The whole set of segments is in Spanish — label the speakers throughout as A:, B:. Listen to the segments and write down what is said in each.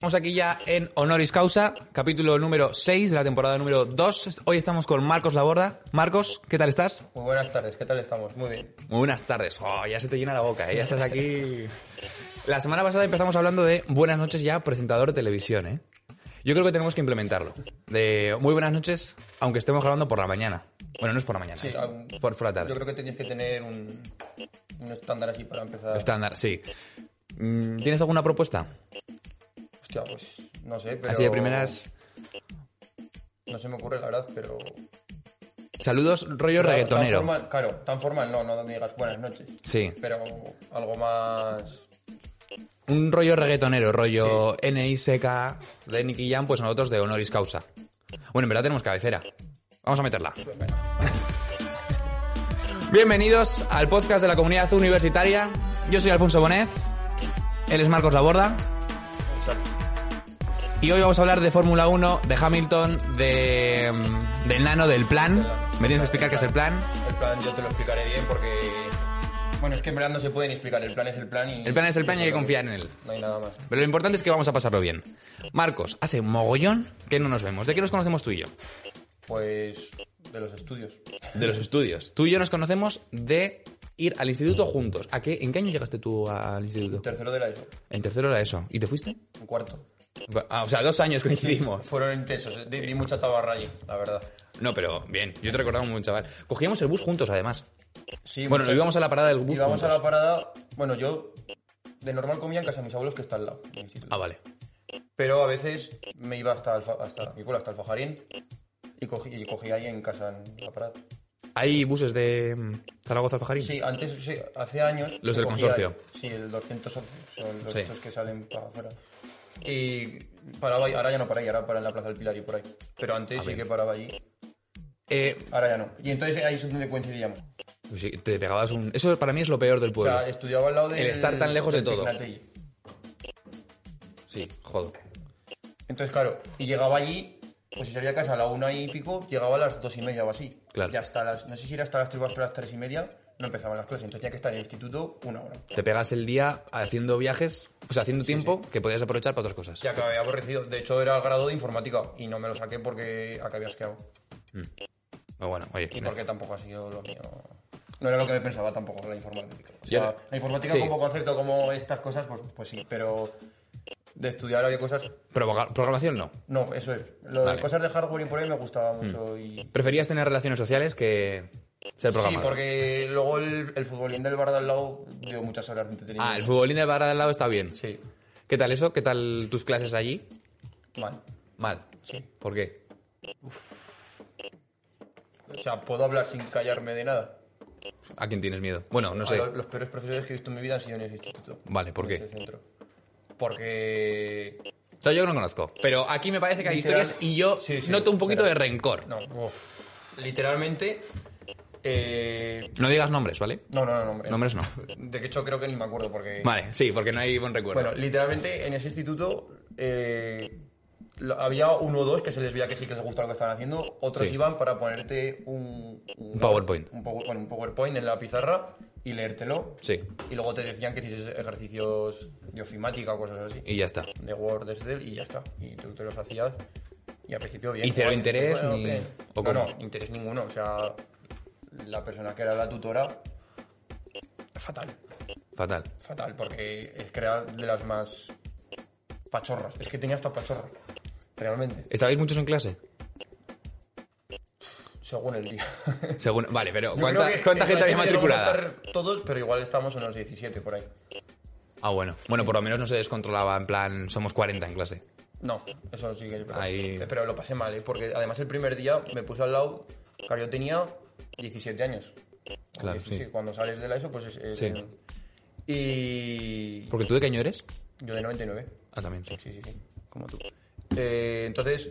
A: Estamos aquí ya en Honoris Causa, capítulo número 6 de la temporada número 2. Hoy estamos con Marcos Laborda. Marcos, ¿qué tal estás?
B: Muy buenas tardes, ¿qué tal estamos? Muy bien.
A: Muy buenas tardes. Oh, ya se te llena la boca, ¿eh? ya estás aquí. La semana pasada empezamos hablando de Buenas noches ya, presentador de televisión. ¿eh? Yo creo que tenemos que implementarlo. De Muy buenas noches, aunque estemos grabando por la mañana. Bueno, no es por la mañana,
B: Sí,
A: es
B: aún-
A: por, por la tarde.
B: Yo creo que tenías que tener un, un estándar así para empezar.
A: Estándar, sí. Mm, ¿Tienes alguna propuesta?
B: Hostia, pues no sé, pero.
A: Así de primeras.
B: No se me ocurre, la verdad, pero.
A: Saludos, rollo
B: Claro,
A: reggaetonero.
B: tan formal- claro, tan formal no, no digas buenas noches.
A: Sí.
B: Pero algo más.
A: Un rollo reggaetonero, rollo NICK de Nicky Jam, pues nosotros de honoris causa. Bueno, en verdad tenemos cabecera. Vamos a meterla. Bienvenidos al podcast de la comunidad universitaria. Yo soy Alfonso Bonet, él es Marcos Laborda. Y hoy vamos a hablar de Fórmula 1, de Hamilton, de, mm, del nano, del plan. Me tienes que explicar qué es el plan.
B: El plan yo te lo explicaré bien porque. Bueno, es que en verdad no se pueden explicar. El plan es el plan y.
A: El plan es el plan y hay que
B: eso es lo
A: confiar en él.
B: No hay nada más.
A: Pero lo importante es que vamos a pasarlo bien. Marcos, hace mogollón que no nos vemos. ¿De qué nos conocemos tú y yo?
B: Pues. De los estudios.
A: De los estudios. Tú y yo nos conocemos de ir al instituto juntos. ¿A qué, ¿En qué año llegaste tú al instituto?
B: Tercero de la ESO.
A: En tercero era eso. ¿Y te fuiste?
B: Un cuarto.
A: Ah, o sea, dos años coincidimos.
B: Fueron intensos. eh, Di mucha tabarra allí, la verdad.
A: No, pero bien. Yo te recordaba muy, chaval. Cogíamos el bus juntos, además.
B: Sí,
A: Bueno,
B: mucha-
A: íbamos a la parada del bus
B: Y vamos a
A: juntos.
B: la parada. Bueno, yo de normal comía en casa de mis abuelos que está al lado. del instituto.
A: Ah, vale.
B: Pero a veces me iba hasta, Alfa- hasta mi pueblo, hasta el Fajarín, y cogí, y cogí ahí en casa en la parada.
A: ¿Hay buses de mm, Zaragoza al Pajarín?
B: Sí, antes, sí, hace años.
A: Los del
B: cogía-
A: consorcio.
B: Sí, el 211, son los
A: Sí.
B: esos que salen para afuera. Y paraba ahí, ahora ya no para ahí, ahora para en la Plaza del Pilar y por ahí. Pero antes sí que paraba allí,
A: Eh,
B: ahora ya no. Y entonces ahí es donde coincidíamos.
A: pues sí, te pegabas un... Eso para mí es lo peor del
B: O
A: pueblo.
B: sea, estudiaba al lado de.
A: El estar tan lejos de todo. Sí, jodo.
B: Entonces, claro, y llegaba allí, pues si salía de casa a la una y pico, llegaba a las dos y media o así.
A: Claro.
B: Y hasta las, no sé si era hasta las tres o hasta las tres y media, no empezaban las clases. Entonces tenía que estar en el instituto una hora.
A: Te pegas el día haciendo viajes, o sea, haciendo tiempo que podías aprovechar para otras cosas.
B: Y acabé aborrecido. De hecho, era grado de informática y no me lo saqué porque acabé asqueado.
A: Pero bueno, oye.
B: Y porque tampoco ha sido lo mío. No era lo que me pensaba tampoco la informática. O sea,
A: Ya.
B: la informática
A: Sí.
B: como concepto, como estas cosas, pues, pues sí. Pero de estudiar había cosas...
A: Provoca- Programación no.
B: No, eso es. Lo de
A: Vale. Mm.
B: cosas de hardware y por ahí me gustaba mucho y...
A: ¿Preferías tener relaciones sociales que ser
B: Sí,
A: programador?
B: porque luego el, el futbolín del bar de al lado dio muchas horas de entretenimiento.
A: Ah, el futbolín del bar al lado está bien.
B: Sí,
A: ¿Qué tal eso? ¿Qué tal tus clases allí?
B: mal.
A: Mal.
B: Sí.
A: ¿Por qué?
B: O sea, puedo hablar sin callarme de nada.
A: ¿A quién tienes miedo? Bueno, no
B: A
A: sé.
B: lo- los peores profesores que he visto en mi vida han sido en ese instituto.
A: Vale, ¿por
B: en
A: qué?
B: ese centro. Porque...
A: O sea, yo no conozco. Pero aquí me parece que hay
B: Literal-
A: historias y yo
B: Sí, sí,
A: noto un poquito de
B: pero-
A: rencor. No.
B: No, uf. literalmente... eh,
A: digas nombres, ¿vale?
B: No, no, no, no, hombre.
A: Nombres no.
B: De hecho, creo que ni me acuerdo porque...
A: Vale, sí, porque no hay buen recuerdo.
B: Bueno, literalmente en ese instituto eh, lo- había uno o dos que se les veía que sí que les gustaba lo que estaban haciendo, otros
A: Sí.
B: iban para ponerte un,
A: Un PowerPoint.
B: un, power- bueno, un PowerPoint en la pizarra y leértelo.
A: Sí.
B: Y luego te decían que hicieses ejercicios de ofimática o cosas así.
A: Y ya está.
B: De Word, Excel y ya está. Y tú te los hacías. Y al principio bien.
A: ¿Y cero
B: guay,
A: interés
B: bueno,
A: ni-
B: bien.
A: o
B: No,
A: cómo?
B: no, interés ninguno. O sea, la persona que era la tutora, fatal.
A: Fatal.
B: Fatal, porque es que era de las más pachorras. Es que tenía hasta pachorras, realmente,
A: ¿Estabais muchos en clase?
B: según el día.
A: Según... Vale, pero
B: Yo
A: ¿cuánta,
B: creo que
A: cuánta
B: en
A: gente
B: clase
A: había
B: llegamos a
A: matriculada?
B: estar Todos, pero igual estamos unos 17 por ahí.
A: Ah, bueno. Bueno, por lo menos no se descontrolaba en plan somos 40 en clase.
B: No, eso sí que es verdad.
A: Ahí-
B: Pero lo pasé mal, ¿eh? porque además el primer día me puse al lado, claro, yo tenía 17 años.
A: Claro, sí.
B: Cuando sales de la ESO, pues es... es-
A: Sí.
B: Y...
A: Porque tú de qué año eres?
B: Yo de 99.
A: Ah, también, sí.
B: Sí, sí, sí, como tú. Eh, entonces,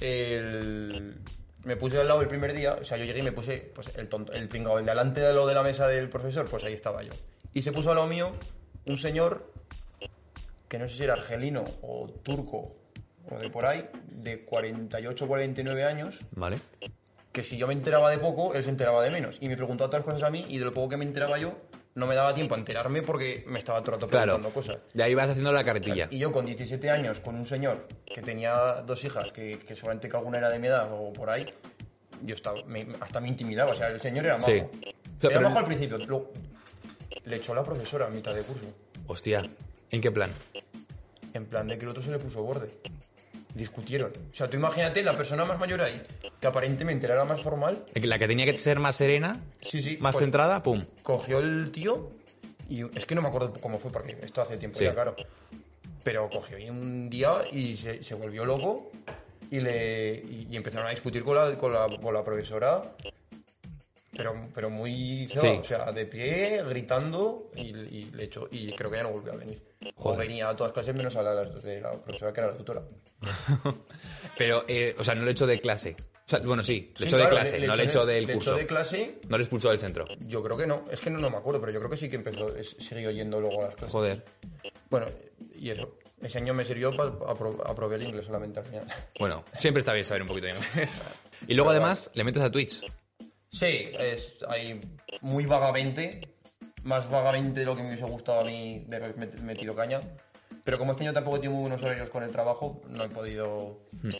B: el- me puse al lado el primer día, o sea, yo llegué y me puse pues, el, tonto, el pringao, el delante de lo de la mesa del profesor, pues ahí estaba yo. Y se puso al lado mío un señor que no sé si era argelino o turco o de por ahí, de 48 49 años,
A: Vale.
B: que si yo me enteraba de poco, él se enteraba de menos. Y me preguntaba otras cosas a mí y de lo poco que me enteraba yo, no me daba tiempo a enterarme porque me estaba todo el rato
A: Claro.
B: preguntando cosas.
A: De ahí vas haciendo la carretilla.
B: Y yo con 17 años, con un señor que tenía dos hijas, que, que seguramente que alguna era de mi edad o por ahí, yo estaba, me- hasta me intimidaba. O sea, el señor era majo.
A: Sí. O sea,
B: era
A: pero-
B: majo al principio. luego le echó la profesora a mitad de curso.
A: Hostia. ¿En qué plan?
B: En plan de que el otro se le puso borde. Discutieron. O sea, tú imagínate la persona más mayor ahí, que aparentemente era la más formal.
A: En que La que tenía que ser más serena,
B: Sí, sí.
A: más
B: pues,
A: centrada, pum.
B: cogió el tío y es que no me acuerdo cómo fue porque esto hace tiempo
A: Sí.
B: ya claro pero cogió y un día y se, se volvió loco y le y, y empezaron a discutir con la, con la, con la profesora pero, pero muy cebado, o sea de pie gritando y, y le echó y creo que ya no volvió a venir o
A: Joder.
B: venía a todas clases menos a la, las de la profesora que era la tutora
A: Pero, eh, o sea, no lo he hecho de clase. O sea, bueno, sí, lo he
B: Sí,
A: hecho de
B: claro,
A: clase, no lo he hecho
B: de-
A: del
B: le
A: curso.
B: echó de clase
A: No lo expulsó del centro.
B: yo creo que no es que no, no me acuerdo pero yo creo que sí que empezó es- siguió yendo luego a las clases
A: Joder.
B: Bueno, y eso. Ese año me sirvió para aprobar el inglés solamente al final.
A: Bueno, siempre está bien saber un poquito de inglés. Y luego además le metes a Twitch.
B: Sí, es ahí muy vagamente, más vagamente de lo que me hubiese gustado a mí de haber met- metido caña. Pero como este año tampoco tengo unos horarios con el trabajo, no he podido
A: Hmm.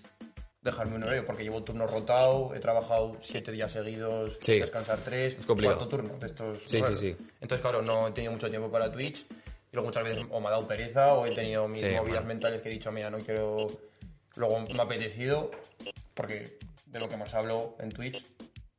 B: dejarme un horario, porque llevo turno rotado, he trabajado siete días seguidos,
A: Sí.
B: descansar tres,
A: Es complicado.
B: cuarto turno de estos.
A: Sí, sí,
B: raros.
A: sí.
B: Entonces, claro, no he tenido mucho tiempo para Twitch, y luego muchas veces o me ha dado pereza, o he tenido mis
A: Sí,
B: movidas
A: bueno.
B: mentales que he dicho, mira, no quiero... Luego me ha apetecido, porque de lo que más hablo en Twitch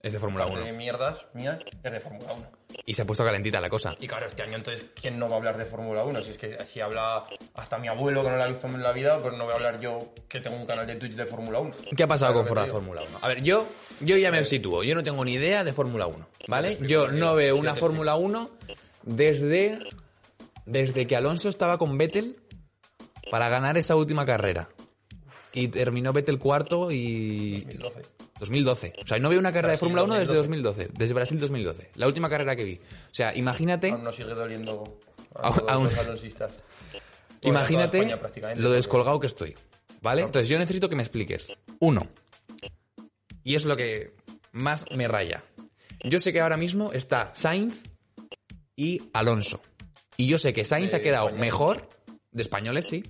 A: Es de Fórmula
B: parte de
A: 1.
B: mierdas mías es de Fórmula 1.
A: Y se ha puesto calentita la cosa.
B: Y claro, este año entonces, ¿quién no va a hablar de Fórmula 1? Si es que si habla hasta mi abuelo que no la ha visto en la vida, pues no voy a hablar yo que tengo un canal de Twitch de Fórmula 1.
A: ¿Qué ha pasado con
B: Claro,
A: Forza
B: te digo. Eh,
A: Fórmula 1? A ver, yo, yo ya me sitúo. Yo no tengo ni idea de Fórmula 1, ¿vale?
B: explico,
A: Yo
B: te
A: no
B: digo,
A: veo
B: yo
A: una
B: te
A: Fórmula 1 desde, desde que Alonso estaba con Vettel para ganar esa última carrera. Y terminó Vettel cuarto y...
B: 2012.
A: 2012. O sea, no veo una carrera de
B: Brasil
A: Fórmula 1 desde 2012. Desde Brasil 2012. La última carrera que vi. O sea, imagínate...
B: Aún nos sigue doliendo a
A: Aún-
B: todos
A: Ah, aún-
B: los alonsistas. Bueno, a toda
A: Imagínate
B: España prácticamente,
A: lo
B: porque-
A: descolgado que estoy. ¿Vale? Entonces yo necesito que me expliques. Uno. Y es lo que más me raya. Yo sé que ahora mismo está Sainz y Alonso. Y yo sé que Sainz
B: De
A: ha quedado
B: españoles.
A: mejor. De españoles, sí.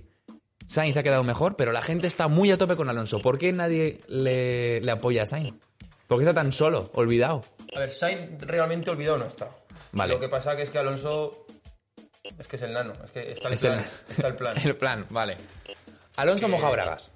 A: Sainz ha quedado mejor, pero la gente está muy a tope con Alonso. ¿Por qué nadie le, le apoya a Sainz? ¿Por qué está tan solo, olvidado?
B: A ver, Sainz realmente olvidado no está.
A: Vale.
B: Lo que pasa que es que Alonso es que es el nano, es que está el
A: Es el-
B: plan, está el plan.
A: El plan, vale. Alonso
B: Que-
A: moja bragas.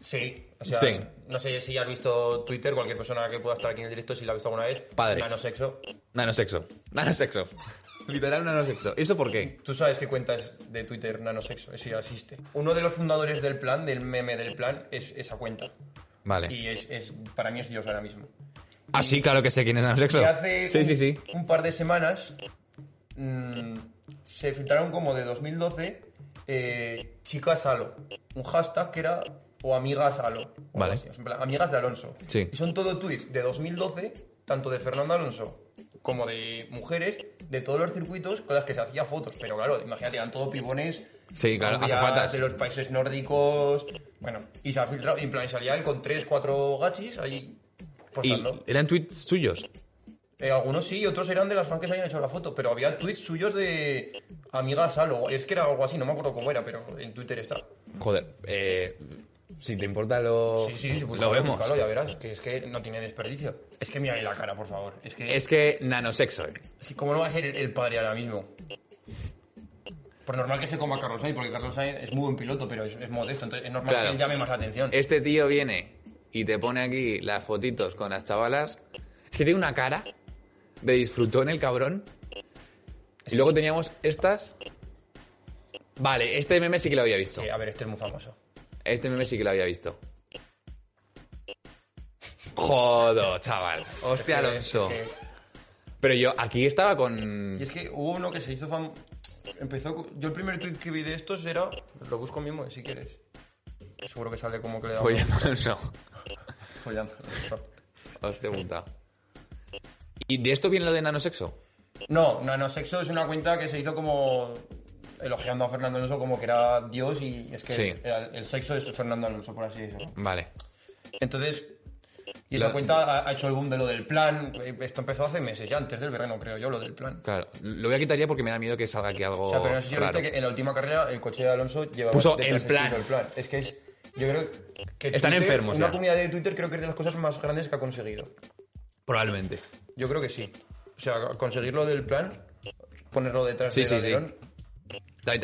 B: Sí, o sea,
A: Sí.
B: no sé si has visto Twitter, cualquier persona que pueda estar aquí en el directo, si la ha visto alguna vez.
A: Padre.
B: Nano sexo.
A: Nanosexo. Nanosexo. Literal nanosexo. ¿Eso por qué?
B: Tú sabes qué cuenta es de Twitter Nanosexo, eso ya existe. Uno de los fundadores del plan, del meme del plan, es esa cuenta.
A: Vale.
B: Y es, es- para mí es Dios ahora mismo.
A: Ah, sí, claro que sé quién es nanosexo.
B: Y hace
A: Sí,
B: un,
A: sí, sí.
B: un par de semanas mm, se filtraron como de 2012 eh, chicas halo. Un hashtag que era o amigas halo. o
A: Vale.
B: así, en plan, amigas de Alonso.
A: Sí.
B: Y son todo tweets de 2012, tanto de Fernando Alonso como de mujeres de todos los circuitos con las que se hacía fotos. Pero claro, imagínate, eran todo pibones.
A: Sí, claro,
B: novias
A: azafatas.
B: De los países nórdicos. Bueno, y se ha filtrado. y en plan, y salía él con 3, 4 gachis ahí
A: Y
B: posando.
A: eran tweets suyos.
B: Eh, algunos sí, otros eran de las fans que se habían hecho la foto, pero había tweets suyos de amigas algo. Es que era algo así, no me acuerdo cómo era, pero en Twitter está.
A: Joder, eh, si te importa lo,
B: Sí, sí, sí, pues
A: lo
B: claro,
A: vemos.
B: Claro, ya verás, que es que no tiene desperdicio. Es que mira la cara, por favor. Es que,
A: Es que nanosexo. eh.
B: es que ¿cómo no va a ser el padre ahora mismo? Por normal que se coma a Carlos Sainz, porque Carlos Sainz es muy buen piloto, pero es, es modesto, entonces es normal
A: Claro.
B: que él llame más la atención.
A: Este tío viene y te pone aquí las fotitos con las chavalas. Es que tiene una cara de disfrutón el cabrón. Y luego teníamos estas. Vale, este meme sí que lo había visto.
B: Sí, a ver, este es muy famoso.
A: Este meme sí que lo había visto. Jodo, chaval. Hostia,
B: Es que-
A: Alonso.
B: es que-
A: Pero yo aquí estaba
B: Y
A: con.
B: es que hubo uno que se hizo fam... Empezó. co- Yo el primer tweet que vi de estos era. Lo busco mismo, si quieres. Seguro que sale como que le da.
A: Follando al show.
B: Follando.
A: Hostia puta. ¿Y de esto viene lo de nanosexo?
B: No, Nanosexo es una cuenta que se hizo como elogiando a Fernando Alonso como que era Dios y es que
A: Sí.
B: era- el sexo es Fernando Alonso, por así decirlo.
A: Vale.
B: Entonces, y esa
A: La-
B: cuenta ha, ha hecho el boom de lo del plan. eh, Esto empezó hace meses, ya antes del verano, creo yo, lo del plan.
A: Claro. Lo voy a quitar ya porque me da miedo que salga aquí algo.
B: O sea, pero no sé si
A: raro.
B: viste que en la última carrera el coche de Alonso llevaba
A: Puso
B: detrás
A: el plan.
B: escrito el plan. Es que es. Yo creo que.
A: Están enfermos
B: Una
A: ya.
B: comunidad de Twitter creo que es de las cosas más grandes que ha conseguido.
A: Probablemente.
B: Yo creo que sí. O sea, conseguir lo del plan, ponerlo detrás
A: Sí,
B: del
A: sí, sí.
B: avión,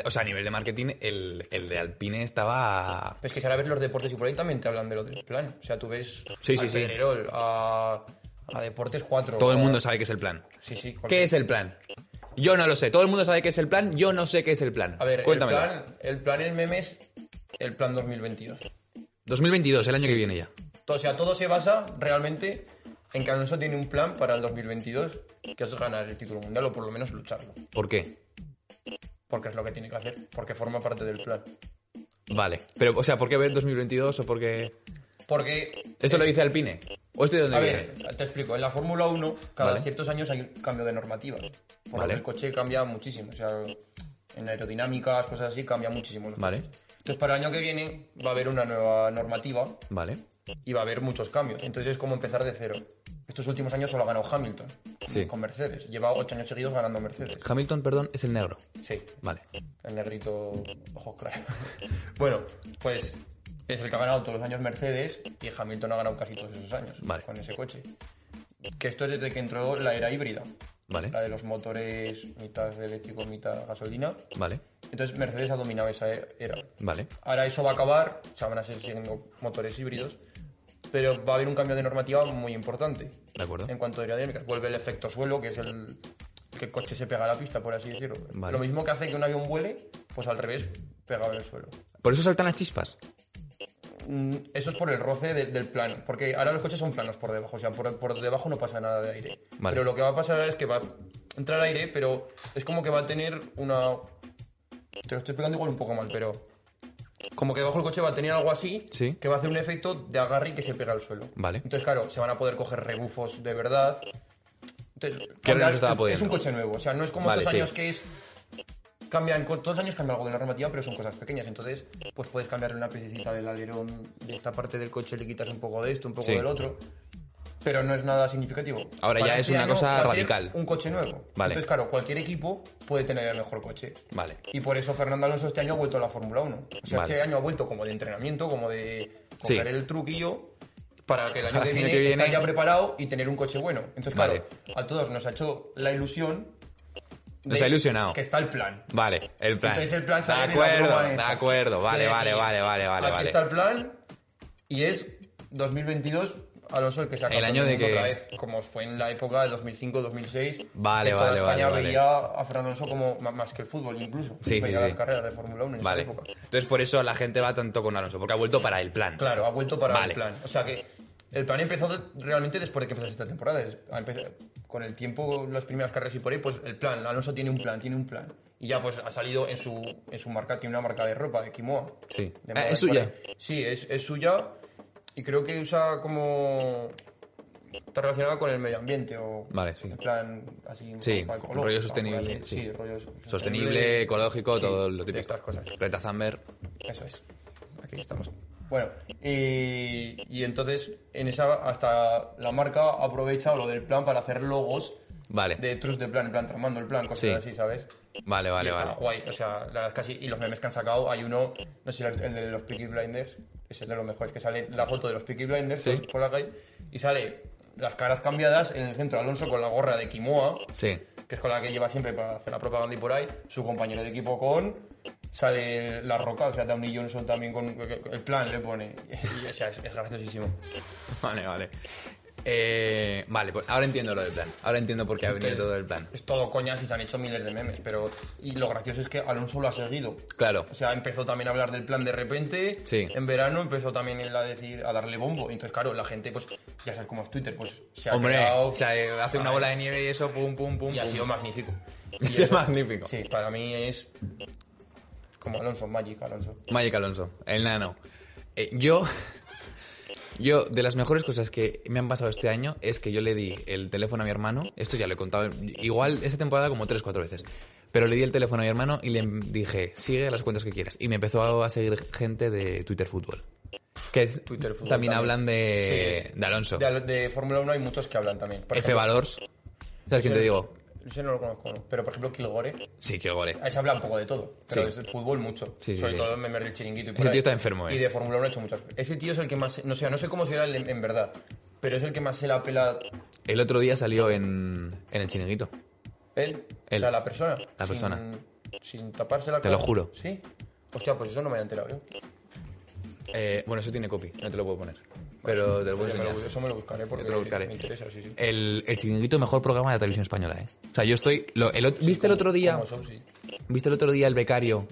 A: O sea, a nivel de marketing, el, el de Alpine estaba.
B: Es que si ahora ves pues los deportes y por ahí también te hablan de lo del plan. O sea, tú ves
A: Sí, sí,
B: a
A: sí.
B: Pedrerol, a, a Deportes 4.
A: Todo el
B: a-
A: mundo sabe que es el plan.
B: Sí, sí.
A: ¿Qué
B: cualquier-
A: es el plan? Yo no lo sé. Todo el mundo sabe qué es el plan. Yo no sé qué es el plan.
B: A ver,
A: Cuéntamelo.
B: el plan, el plan, el meme es el plan 2022.
A: 2022, el año que viene ya.
B: O sea, todo se basa realmente en que Alonso tiene un plan para el 2022, que es ganar el título mundial o por lo menos lucharlo.
A: ¿Por qué?
B: Porque es lo que tiene que hacer, porque forma parte del plan.
A: Vale. Pero, o sea, ¿por qué ver 2022 o por qué.
B: Porque
A: ¿Esto lo dice Alpine? ¿O esto de dónde
B: Eh, A
A: viene?
B: ver, te explico. En la Fórmula 1, cada
A: Vale.
B: ciertos años hay un cambio de normativa. Por
A: Vale.
B: lo que el coche cambia muchísimo. O sea, en aerodinámicas, cosas así, cambia muchísimo. los
A: Vale.
B: coches. Entonces, para el año que viene va a haber una nueva normativa
A: Vale.
B: y va a haber muchos cambios. Entonces, es como empezar de cero. Estos últimos años solo ha ganado Hamilton
A: Sí.
B: con Mercedes. Lleva ocho años seguidos ganando Mercedes.
A: Hamilton, perdón, es el negro.
B: Sí,
A: Vale.
B: el negrito ojos claros. bueno, pues es el que ha ganado todos los años Mercedes y Hamilton ha ganado casi todos esos años
A: Vale.
B: con ese coche. Que esto es desde que entró la era híbrida,
A: Vale.
B: la de los motores mitad eléctrico, mitad gasolina.
A: Vale.
B: Entonces Mercedes ha dominado esa era.
A: Vale.
B: Ahora eso va a acabar, o sea, van a seguir siendo motores híbridos, pero va a haber un cambio de normativa muy importante.
A: De acuerdo.
B: En cuanto a aerodinámica, vuelve el efecto suelo, que es el que el coche se pega a la pista, por así decirlo.
A: Vale.
B: Lo mismo que hace que un avión vuele, pues al revés, pegado en el suelo.
A: ¿Por eso saltan las chispas?
B: Mm, Eso es por el roce de- del plano, porque ahora los coches son planos por debajo, o sea, por, por debajo no pasa nada de aire.
A: Vale.
B: Pero lo que va a pasar es que va a entrar aire, pero es como que va a tener una... Te lo estoy pegando igual un poco mal, pero... Como que debajo el coche va a tener algo así,
A: Sí.
B: que va a hacer un efecto de agarre y que se pega al suelo.
A: Vale.
B: Entonces, claro, se van a poder coger rebufos de verdad. Entonces,
A: Que ahora no se
B: es-
A: estaba
B: es,
A: pudiendo.
B: un coche nuevo, o sea, no es como
A: Vale,
B: estos
A: sí.
B: años que es cambian, co- todos los años cambia algo de la normativa, pero son cosas pequeñas. Entonces, pues puedes cambiarle una piececita del alerón de esta parte del coche, le quitas un poco de esto, un poco
A: Sí.
B: del otro. Pero no es nada significativo.
A: Ahora ya es
B: este
A: una
B: año
A: cosa
B: va a ser
A: radical.
B: Un coche nuevo.
A: Vale.
B: Entonces, claro, cualquier equipo puede tener el mejor coche.
A: Vale.
B: Y por eso Fernando Alonso este año ha vuelto a la Fórmula 1. O sea,
A: Vale.
B: este año ha vuelto como de entrenamiento, como de
A: Sí.
B: coger el truquillo para que el año,
A: Para
B: que,
A: el año
B: viene
A: que viene-
B: estar ya preparado y tener un coche bueno. Entonces,
A: Vale.
B: claro, a todos nos ha hecho la ilusión.
A: Nos
B: de
A: ha ilusionado.
B: Que está el plan.
A: Vale, el plan.
B: Entonces el plan sale
A: De
B: en la
A: acuerdo,
B: broma
A: de
B: esta.
A: acuerdo. Vale,
B: Que
A: vale,
B: aquí-
A: vale, vale, vale,
B: Aquí
A: vale.
B: está el plan y es 2022 Alonso el que se acaba
A: El año de que-
B: otra vez, como fue en la época de 2005-2006.
A: Vale,
B: que toda
A: vale,
B: España
A: vale, vale.
B: veía a Fernando Alonso como ma- más que el fútbol incluso.
A: Sí, sí,
B: veía
A: sí.
B: las carreras de Fórmula 1 en
A: Vale.
B: esa época.
A: Entonces por eso la gente va tanto con Alonso, porque ha vuelto para el plan.
B: Claro, ha vuelto para
A: Vale.
B: el plan. O sea que el plan empezó de- realmente después de que empezase esta temporada. Es- ha empezado- con el tiempo, las primeras carreras y por ahí, pues el plan. Alonso tiene un plan, tiene un plan. Y ya pues ha salido en su, en su marca, tiene una marca de ropa, de Kimoa.
A: Sí.
B: De
A: Ah,
B: moda
A: ¿es
B: y por
A: suya?
B: ahí. Sí, es, es suya y creo que usa como... Está relacionada con el medio ambiente o...
A: Vale, sí.
B: En plan, así...
A: Sí,
B: para
A: rollo
B: el color, para
A: sostenible,
B: ponerle-
A: sí.
B: Sí, rollo
A: Sostenible, ecológico,
B: Sí,
A: todo lo típico.
B: Estas cosas.
A: Greta Thunberg.
B: Eso es. Aquí estamos. Eh, Bueno, y, y entonces en esa hasta la marca aprovecha lo del plan para hacer logos
A: Vale.
B: de trust de plan, en plan tramando el plan, cosas
A: Sí.
B: así, ¿sabes?
A: Vale,
B: Y
A: vale,
B: está
A: vale.
B: Guay, o sea, la verdad es que sí. Y los memes que han sacado, hay uno, no sé, el de los Peaky Blinders, ese es de los mejores, que sale la foto de los Peaky Blinders
A: Sí.
B: por la calle y sale las caras cambiadas en el centro Alonso con la gorra de Kimoa
A: Sí.
B: que es con la que lleva siempre para hacer la propaganda y por ahí, su compañero de equipo con, sale La Roca, o sea, Downey Johnson también con el plan le pone. Y, o sea, es, es graciosísimo.
A: Vale, vale. Eh, vale, pues ahora entiendo lo del plan. Ahora entiendo por qué ha venido
B: Entonces,
A: todo el plan.
B: Es todo coña si se han hecho miles de memes, pero. Y lo gracioso es que Alonso lo ha seguido.
A: Claro.
B: O sea, empezó también a hablar del plan de repente.
A: Sí.
B: En verano empezó también él a decir, a darle bombo. Entonces, claro, la gente, pues, ya sabes cómo es Twitter, pues se ha
A: Hombre,
B: creado-
A: o sea, eh, hace una bola de nieve y eso, pum, pum, pum.
B: Y ha
A: pum.
B: sido magnífico. Y
A: Es magnífico.
B: Sí, para mí es. Como Alonso, Magic, Alonso.
A: Magic Alonso, el nano. Eh, yo, yo, de las mejores cosas que me han pasado este año es que yo le di el teléfono a mi hermano. Esto ya lo he contado, igual esta temporada como tres, cuatro veces. Pero le di el teléfono a mi hermano y le dije, sigue las cuentas que quieras. Y me empezó a- a seguir gente de Twitter Fútbol. Que
B: Twitter Fútbol
A: también
B: también.
A: hablan de,
B: Sí, sí.
A: de Alonso.
B: De, Al- de Fórmula 1 hay muchos que hablan también. Por
A: F
B: ejemplo,
A: Valors. ¿Sabes quién te
B: ese-
A: digo?
B: Ese no lo conozco, ¿no? Pero por ejemplo, Kilgore.
A: Sí, que gore.
B: Ahí se habla un poco de todo, pero
A: Sí.
B: es el fútbol mucho.
A: Sí, sí,
B: Sobre
A: sí.
B: todo el meme del chiringuito. Y por
A: Ese
B: ahí.
A: tío está enfermo, eh.
B: Y de Fórmula 1 ha hecho muchas Ese tío es el que más. No sé, no sé cómo será el en, en verdad, pero es el que más se la pela
A: El otro día salió en, en el chiringuito.
B: él.
A: Él.
B: O sea, la persona.
A: La
B: sin-
A: persona.
B: Sin, taparse la
A: Te
B: cara.
A: lo juro.
B: Sí. Hostia, pues eso no me había enterado yo.
A: Eh, bueno, eso tiene copy, no te lo puedo poner. Pero te lo puedo
B: Oye, me
A: enseñar.
B: lo- eso me lo buscaré porque
A: Yo te lo buscaré.
B: me interesa, sí, sí.
A: El, el chiringuito mejor programa de la televisión española, ¿eh? O sea, yo estoy... lo- el ot- ¿Viste el
B: Como-
A: otro día?
B: como son, sí.
A: ¿Viste el otro día el becario?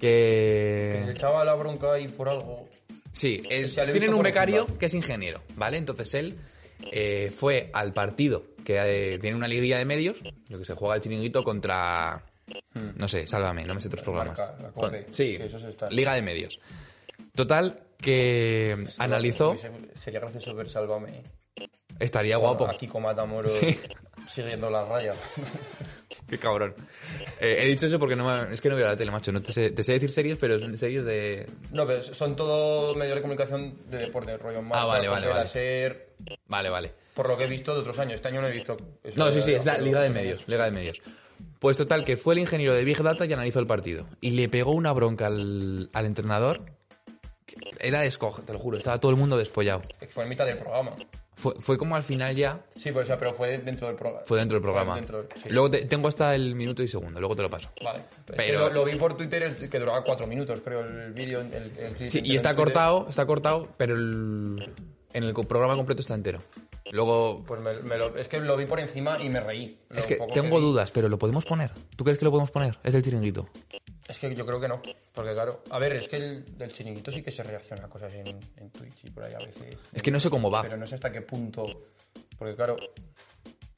A: Que...
B: Le echaba la bronca y por algo.
A: Sí, el-
B: O sea, lo
A: tienen
B: he visto
A: un
B: por
A: becario
B: ejemplo.
A: que es ingeniero, ¿vale? Entonces él eh, fue al partido que eh, tiene una liguilla de medios, lo que se juega el chiringuito contra. No sé, sálvame, no me sé otros programas.
B: Marca, Hmm. la Cope,
A: Con- sí,
B: que esos están.
A: Liga de Medios. Total, que analizó.
B: Sería gracioso ver Sálvame.
A: Estaría guapo.
B: Aquí con Matamoros
A: Oh, pues. Sí.
B: siguiendo las rayas.
A: Qué cabrón. Eh, he dicho eso porque no me- es que no veo la tele, macho. No te, sé, te sé decir series, pero son series de.
B: No, pero son todos medios de comunicación de deporte, rollo más.
A: Ah, vale, vale, vale.
B: Ser,
A: Vale, vale.
B: por lo que he visto de otros años. Este año no he visto. eso
A: No,
B: de-
A: sí, sí, es la
B: pero-
A: Liga de Medios, Liga de Medios. Pues total, que fue el ingeniero de Big Data y analizó el partido. Y le pegó una bronca al, al entrenador. Era de escoge, te lo juro, estaba todo el mundo despollado.
B: Fue en mitad del programa.
A: Fue, fue como al final ya,
B: Sí, pero, o sea, pero fue dentro del programa.
A: fue dentro del programa.
B: dentro del- sí.
A: Luego te- tengo hasta el minuto y segundo, luego te lo paso.
B: Vale. Es que
A: Pero-
B: lo, lo vi por Twitter el- que duraba cuatro minutos, creo, el vídeo. El, el clip
A: Sí,
B: entero
A: y
B: en
A: está
B: Twitter.
A: cortado, está cortado, pero el- en el co- programa completo está entero. Luego,
B: Pues me, me lo, es que lo vi por encima y me reí. Lo
A: es que
B: poco
A: tengo
B: vi.
A: dudas, pero ¿lo podemos poner? ¿Tú crees que lo podemos poner? Es del tiringuito.
B: Es que yo creo que no. Porque claro, a ver, es que el, del chiringuito sí que se reacciona a cosas en, en Twitch y por ahí a veces.
A: Es que no sé cómo va.
B: Pero no sé hasta qué punto. Porque claro,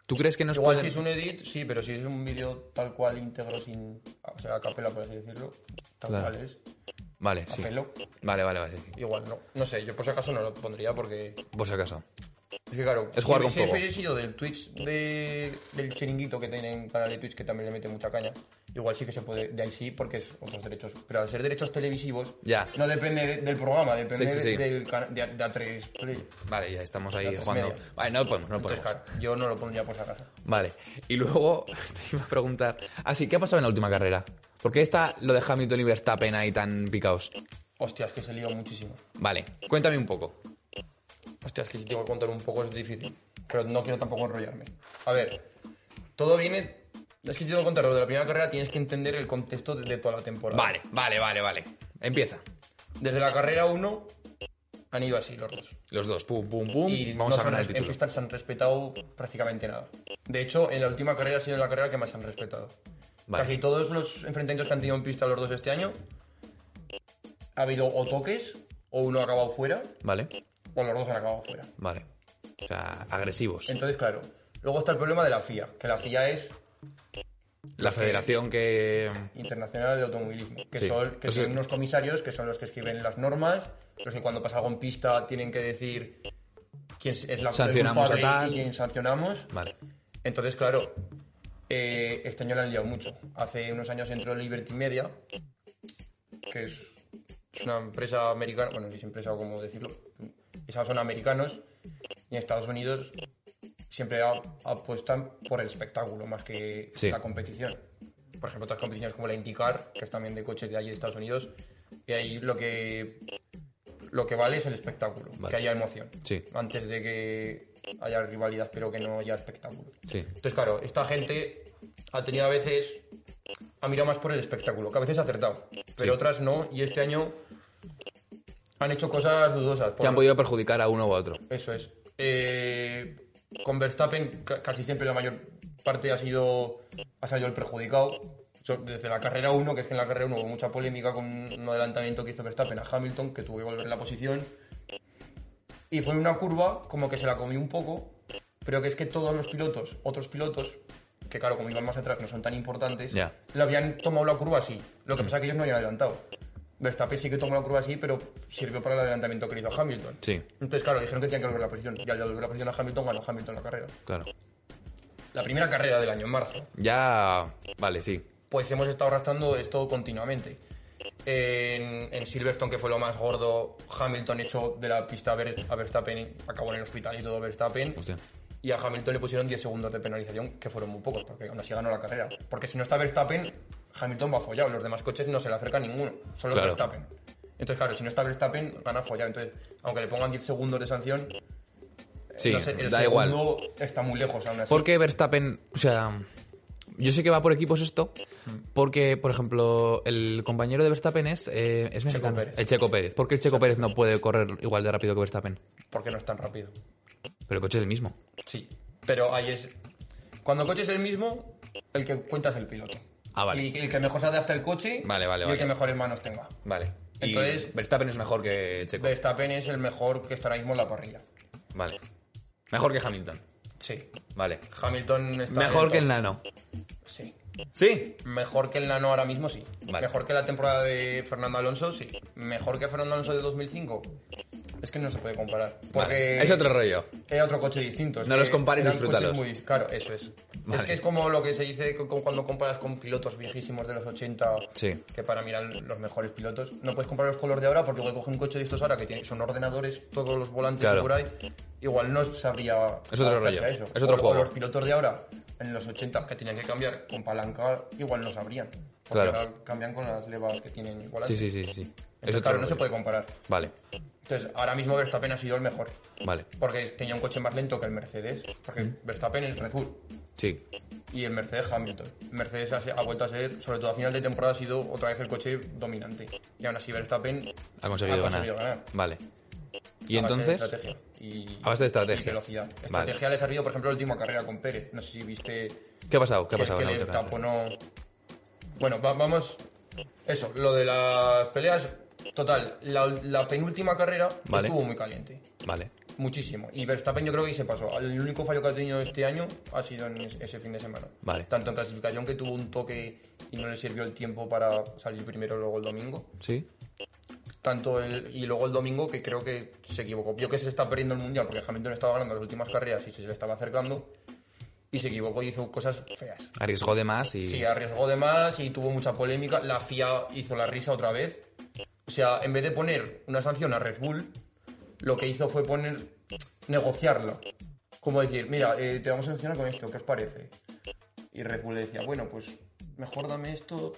A: ¿Tú crees que nos
B: igual
A: pueden-
B: si es un edit, sí, pero si es un vídeo tal cual íntegro sin. O sea, a capela, por así decirlo, tal
A: Claro.
B: cual es,
A: Vale,
B: a
A: sí.
B: pelo,
A: Vale, vale, vale. sí.
B: igual no. No sé, yo por si acaso no lo pondría porque.
A: Por si acaso.
B: Es que claro,
A: Es jugar con
B: si hubiese-
A: fuego.
B: hubiese sido del Twitch de- del chiringuito que tienen un canal de Twitch que también le mete mucha caña. Igual sí que se puede, de ahí sí, porque es otros derechos. Pero al ser derechos televisivos,
A: Ya.
B: no depende de- del programa, depende
A: Sí, sí, sí.
B: Del cana- de, de A3 Play.
A: Vale, ya estamos ahí
B: Datos
A: jugando.
B: media.
A: Vale, no lo podemos, no lo
B: Entonces,
A: podemos.
B: claro, yo no lo pondría por si acaso.
A: Vale. Y luego te iba a preguntar. Ah, sí, ¿qué ha pasado en la última carrera? ¿Por qué está lo de Hamilton y Verstappen ahí tan picaos?
B: Hostia, es que se lío muchísimo.
A: Vale, cuéntame un poco.
B: Hostia, es que si tengo que contar un poco es difícil. Pero no quiero tampoco enrollarme. A ver, todo viene. Es que si tengo que contar lo de la primera carrera, tienes que entender el contexto de, de toda la temporada.
A: Vale, vale, vale, vale. Empieza.
B: Desde la carrera 1 han ido así los dos.
A: Los dos, pum, pum, pum.
B: y
A: Vamos
B: no
A: a
B: se han-
A: ganar el
B: En
A: título.
B: pista se han respetado prácticamente nada. De hecho, en la última carrera ha sido la carrera que más se han respetado.
A: Vale.
B: Casi todos los enfrentamientos que han tenido en pista los dos este año ha habido o toques, o uno ha acabado fuera,
A: Vale,
B: o los dos han acabado fuera.
A: vale. O sea, agresivos.
B: Entonces, claro, luego está el problema de la FIA, que la FIA es
A: La federación que.
B: Internacional de Automovilismo, que
A: Sí.
B: son que
A: O sea-
B: tienen unos comisarios que son los que escriben las normas, los que cuando pasa algo en pista tienen que decir quién es la
A: Sancionamos
B: el culpable
A: a tal.
B: y quién sancionamos.
A: Vale.
B: Entonces, claro, eh, este año la han liado mucho. Hace unos años entró Liberty Media, que es es una empresa americana, bueno, no sé si empresa o cómo decirlo, esas son americanos y en Estados Unidos siempre a- apuestan por el espectáculo más que
A: Sí.
B: la competición. Por ejemplo, otras competiciones como la IndyCar, que es también de coches de allí de Estados Unidos, y ahí lo que lo que vale es el espectáculo,
A: Vale.
B: que haya emoción,
A: Sí.
B: antes de que haya rivalidad, pero que no haya espectáculo.
A: Sí.
B: Entonces, claro, esta gente ha tenido a veces. ha mirado más por el espectáculo, que a veces ha acertado, pero
A: Sí.
B: otras no, y este año han hecho cosas dudosas.
A: Que
B: por-
A: han podido perjudicar a uno o a otro.
B: Eso es. Eh, con Verstappen ca- casi siempre la mayor parte ha sido, ha salido el perjudicado. So- Desde la carrera 1, que es que en la carrera 1 hubo mucha polémica con un adelantamiento que hizo Verstappen a Hamilton, que tuvo que volver la posición. Y fue una curva como que se la comió un poco, pero que es que todos los pilotos, otros pilotos, que claro, como iban más atrás no son tan importantes,
A: Ya.
B: le habían tomado la curva así. Lo
A: Mm.
B: que pasa es que ellos no habían adelantado. Verstappen sí que tomó la curva así, pero sirvió para el adelantamiento que le hizo Hamilton.
A: Sí.
B: Entonces, claro, dijeron que tenían que volver la posición. Y al volver la posición a Hamilton, ganó Hamilton la carrera.
A: Claro.
B: La primera carrera del año, en marzo.
A: Ya. Vale, sí.
B: Pues hemos estado arrastrando esto continuamente. En, en Silverstone, que fue lo más gordo, Hamilton echó de la pista a Ver- a Verstappen, acabó en el hospital y todo Verstappen.
A: Hostia.
B: Y a Hamilton le pusieron 10 segundos de penalización, que fueron muy pocos, porque aún así ganó la carrera. Porque si no está Verstappen, Hamilton va follado. Los demás coches no se le acerca ninguno, solo
A: Claro.
B: Verstappen. Entonces, claro, si no está Verstappen, gana follado. Entonces, aunque le pongan 10 segundos de sanción, eh,
A: Sí,
B: no sé, el
A: da igual.
B: segundo está muy lejos aún así.
A: ¿Por qué Verstappen? O sea, yo sé que va por equipos esto, porque, por ejemplo, el compañero de Verstappen es, eh, es mexicano,
B: Pérez.
A: el Checo Pérez. ¿Por qué el Checo Pérez no puede correr igual de rápido que Verstappen?
B: Porque no es tan rápido.
A: Pero el coche es el mismo.
B: Sí, pero ahí es. Cuando el coche es el mismo, el que cuenta es el piloto.
A: Ah, vale.
B: Y el que mejor se adapta al coche
A: Vale, vale,
B: y el
A: vale.
B: que mejores manos tenga.
A: Vale.
B: Y Entonces-
A: Verstappen es mejor que Checo.
B: Verstappen es el mejor que está ahora mismo en la parrilla.
A: Vale. Mejor que Hamilton.
B: Sí.
A: Vale.
B: Hamilton está.
A: Mejor
B: dentro.
A: que el Nano.
B: Sí.
A: ¿Sí?
B: Mejor que el Nano ahora mismo, sí.
A: Vale.
B: Mejor que la temporada de Fernando Alonso, sí. Mejor que Fernando Alonso de 2005. Es que no se puede comparar. Porque
A: Vale. Es otro rollo.
B: Era otro coche distinto. es
A: No
B: que
A: los compares,
B: eran
A: disfrútalos.
B: coches muy- claro, eso es. Es
A: Vale.
B: que es como lo que se dice co- co- cuando comparas con pilotos viejísimos de los 80,
A: Sí.
B: que para mí eran los mejores pilotos. No puedes comparar los colores de ahora porque igual coge un coche de estos ahora que tiene, son ordenadores, todos los volantes
A: Claro.
B: por ahí. Igual no sabría.
A: Es otro
B: adaptarse
A: rollo,
B: a eso.
A: es otro
B: O- o
A: juego.
B: los pilotos de ahora, en los 80, que tenían que cambiar con palanca, igual no sabrían. Porque
A: Claro.
B: ahora cambian con las levas que tienen igual.
A: Sí, sí, sí, sí. Es
B: Entonces,
A: otro
B: claro, no
A: rollo.
B: se puede comparar.
A: Vale,
B: Entonces, ahora mismo Verstappen ha sido el mejor.
A: vale.
B: Porque tenía un coche más lento que el Mercedes. Porque
A: Mm.
B: Verstappen es Red Bull
A: Sí. y
B: y el Mercedes Hamilton. Mercedes ha, se- ha vuelto a ser, sobre todo a final de temporada, ha sido otra vez el coche dominante. Y aún así Verstappen
A: Ha conseguido, ganar. Vale. ¿Y
B: a base de
A: entonces?
B: estrategia y,
A: A base de estrategia.
B: y velocidad.
A: Vale.
B: Estrategia le ha servido, por ejemplo, la última carrera con Pérez. No sé si viste
A: ¿Qué ha pasado? ¿Qué ha
B: que-
A: pasado?
B: que
A: en la
B: le
A: autocarrera?
B: taponó. Bueno, va- vamos. Eso, lo de las peleas. Total, la, la penúltima carrera
A: Vale.
B: estuvo muy caliente.
A: Vale.
B: Muchísimo. Y Verstappen yo creo que ahí se pasó. El único fallo que ha tenido este año ha sido en es- ese fin de semana.
A: Vale.
B: Tanto en clasificación que tuvo un toque y no le sirvió el tiempo para salir primero luego el domingo.
A: Sí.
B: Tanto el, y luego el domingo que creo que se equivocó. Vio que se le está perdiendo el mundial porque Hamilton estaba ganando las últimas carreras y se le estaba acercando. Y se equivocó y hizo cosas feas.
A: Arriesgó de más y.
B: Sí, arriesgó de más y tuvo mucha polémica. La FIA hizo la risa otra vez. O sea, en vez de poner una sanción a Red Bull, lo que hizo fue poner negociarla. Como decir, mira, eh, te vamos a sancionar con esto, ¿qué os parece? Y Red Bull le decía, bueno, pues mejor dame esto.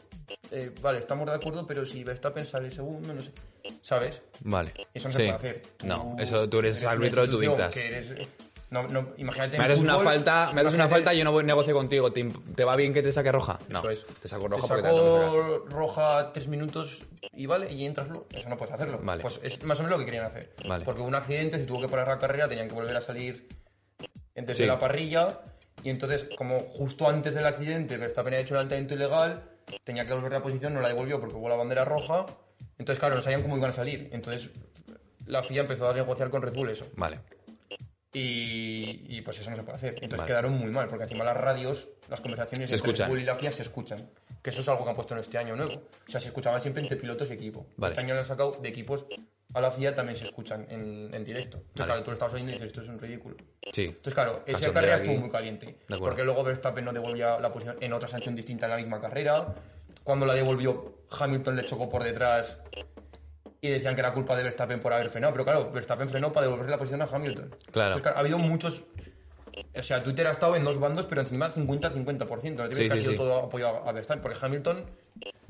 B: eh, vale, estamos de acuerdo, pero si Verstappen sale segundo, no sé. ¿Sabes?
A: Vale.
B: Eso no
A: Sí.
B: se puede hacer. Tú
A: No, eso tú eres,
B: una
A: árbitro, tú
B: institución
A: dictas.
B: que eres- eh, no, no, imagínate. en
A: Me haces una
B: fútbol,
A: falta, me haces una
B: imagínate-
A: falta y yo no voy- negocio contigo. ¿Te, imp- te va bien que te saque roja? No.
B: Eso es.
A: Te saco roja porque te la tengo que sacar.
B: sacó roja tres minutos y vale, y entras. lo- Eso no puedes hacerlo.
A: Vale.
B: Pues es más o menos lo que querían hacer.
A: Vale.
B: Porque hubo un accidente, se tuvo que parar la carrera, tenían que volver a salir desde
A: Sí.
B: la parrilla. Y entonces, como justo antes del accidente, Verstappen había hecho el adelantamiento ilegal, tenía que volver a la posición, no la devolvió porque hubo la bandera roja. Entonces, claro, no sabían cómo iban a salir. Entonces, la FIA empezó a negociar con Red Bull eso.
A: Vale.
B: Y, y, pues eso no se puede hacer. Entonces
A: Vale.
B: quedaron muy mal, porque encima las radios, las conversaciones
A: Se
B: entre
A: escuchan.
B: Red Bull y la FIA se escuchan. Que eso es algo que han puesto en este año nuevo. O sea, se escuchaban siempre entre pilotos y equipo.
A: Vale.
B: Este año lo han sacado de equipos a la FIA también se escuchan en, en directo. Entonces,
A: Vale.
B: claro, tú lo estabas oyendo y dices, esto es un ridículo.
A: Sí.
B: Entonces, claro, esa
A: Cachondeo
B: carrera
A: aquí.
B: estuvo muy caliente.
A: De acuerdo.
B: Porque luego Verstappen no devolvía la posición en otra sanción distinta en la misma carrera. Cuando la devolvió, Hamilton le chocó por detrás y decían que era culpa de Verstappen por haber frenado. Pero claro, Verstappen frenó para devolverle la posición a Hamilton.
A: Claro.
B: Entonces, ha habido muchos. O sea, Twitter ha estado en dos bandos, pero encima 50-50%. No te creas
A: Sí,
B: que ha
A: sí,
B: sido
A: sí.
B: todo apoyo a a Verstappen. Porque Hamilton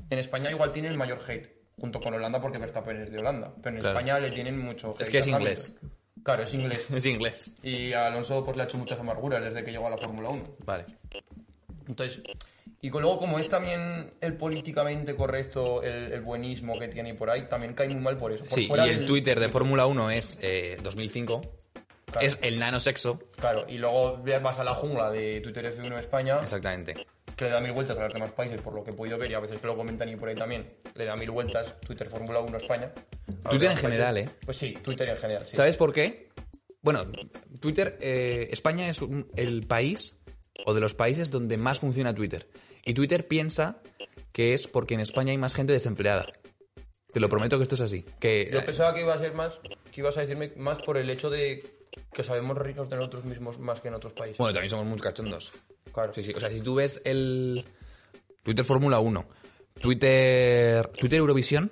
B: en España igual tiene el mayor hate. Junto con Holanda, porque Verstappen es de Holanda. Pero en
A: Claro.
B: España le tienen mucho hate.
A: Es que es
B: a
A: inglés.
B: Hamilton. Claro, es inglés.
A: Es inglés.
B: Y a Alonso pues, le ha hecho muchas amarguras desde que llegó a la Fórmula 1.
A: Vale.
B: Entonces, y con- luego como es también el políticamente correcto, el, el buenismo que tiene por ahí, también cae muy mal por eso. Por
A: Sí,
B: fuera
A: y el
B: del-
A: Twitter de Fórmula 1 es eh, 2005.
B: Claro.
A: es el nanosexo.
B: Claro, y luego vas a la jungla de Twitter F1 España,
A: Exactamente.
B: que le da mil vueltas a los demás países, por lo que he podido ver, y a veces que lo comentan y por ahí también, le da mil vueltas Twitter Fórmula 1 España. A
A: Twitter
B: los
A: en
B: demás
A: general, ¿eh?
B: países. Pues sí, Twitter en general, sí.
A: ¿Sabes por qué? Bueno, Twitter, eh, España es un- el país o de los países donde más funciona Twitter. Y Twitter piensa que es porque en España hay más gente desempleada. Te lo prometo que esto es así. Que, eh,
B: Yo pensaba que iba a ser más, que ibas a decirme más por el hecho de que sabemos reírnos de nosotros mismos más que en otros países.
A: bueno, también somos muy cachondos.
B: claro.
A: Sí, sí. O sea, si tú ves el Twitter Fórmula 1, Twitter, Twitter Eurovisión,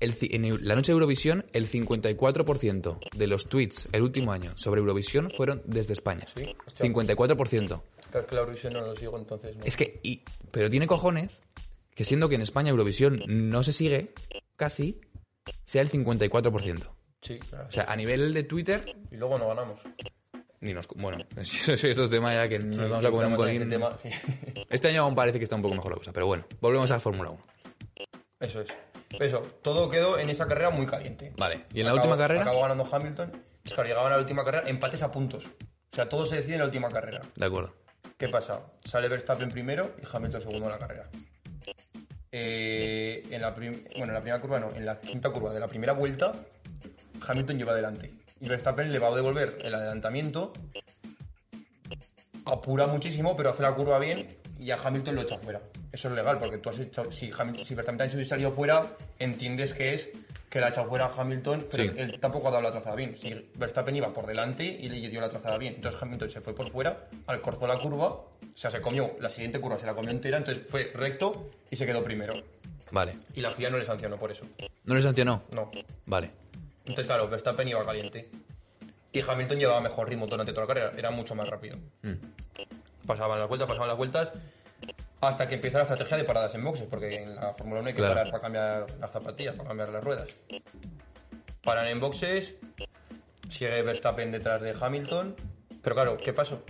A: el, ci- en Eu- la noche de Eurovisión, el 54% de los tweets el último año sobre Eurovisión fueron desde España.
B: Sí, hostia.
A: 54%.
B: Claro, que la Eurovisión no lo sigo, entonces no.
A: Es que, y- pero tiene cojones que siendo que en España Eurovisión no se sigue, casi, sea el 54%.
B: Sí, claro.
A: O sea, a nivel de Twitter,
B: y luego no ganamos.
A: ni nos... Bueno, eso es otro tema ya que nos
B: Sí,
A: vamos
B: sí,
A: a comer un
B: entramos en
A: colín.
B: ese este tema, sí.
A: Este año aún parece que está un poco mejor la cosa, pero bueno, volvemos a la Fórmula 1.
B: Eso es. Eso, todo quedó en esa carrera muy caliente.
A: Vale, ¿y en la última carrera?
B: Acabó ganando Hamilton. Es que llegaban a la última carrera, empates a puntos. O sea, todo se decide en la última carrera.
A: De acuerdo.
B: ¿Qué pasa? Sale Verstappen primero y Hamilton segundo en la carrera. Eh, en la prim- bueno, en la primera curva no, en la quinta curva de la primera vuelta, Hamilton lleva adelante. Y Verstappen le va a devolver el adelantamiento. Apura muchísimo, pero hace la curva bien y a Hamilton lo echa fuera. Eso es legal, porque tú has hecho. Si, Hamilton, si Verstappen te ha hecho salido fuera, entiendes que es que la ha echado fuera a Hamilton, pero
A: Sí.
B: él tampoco ha dado la trazada bien. Si Verstappen iba por delante y le dio la trazada bien. Entonces Hamilton se fue por fuera, alcorzó la curva, o sea, se comió la siguiente curva, se la comió entera, entonces fue recto y se quedó primero.
A: Vale.
B: Y la FIA no le sancionó por eso.
A: ¿No le sancionó?
B: No.
A: Vale.
B: Entonces, claro, Verstappen iba caliente. Y Hamilton llevaba mejor ritmo durante toda la carrera, era mucho más rápido. Pasaban las vueltas, pasaban las vueltas, hasta que empieza la estrategia de paradas en boxes, porque en la Fórmula 1 hay que
A: Claro.
B: parar para cambiar las zapatillas, para cambiar las ruedas. Paran en boxes, sigue Verstappen detrás de Hamilton, pero claro, ¿qué pasó?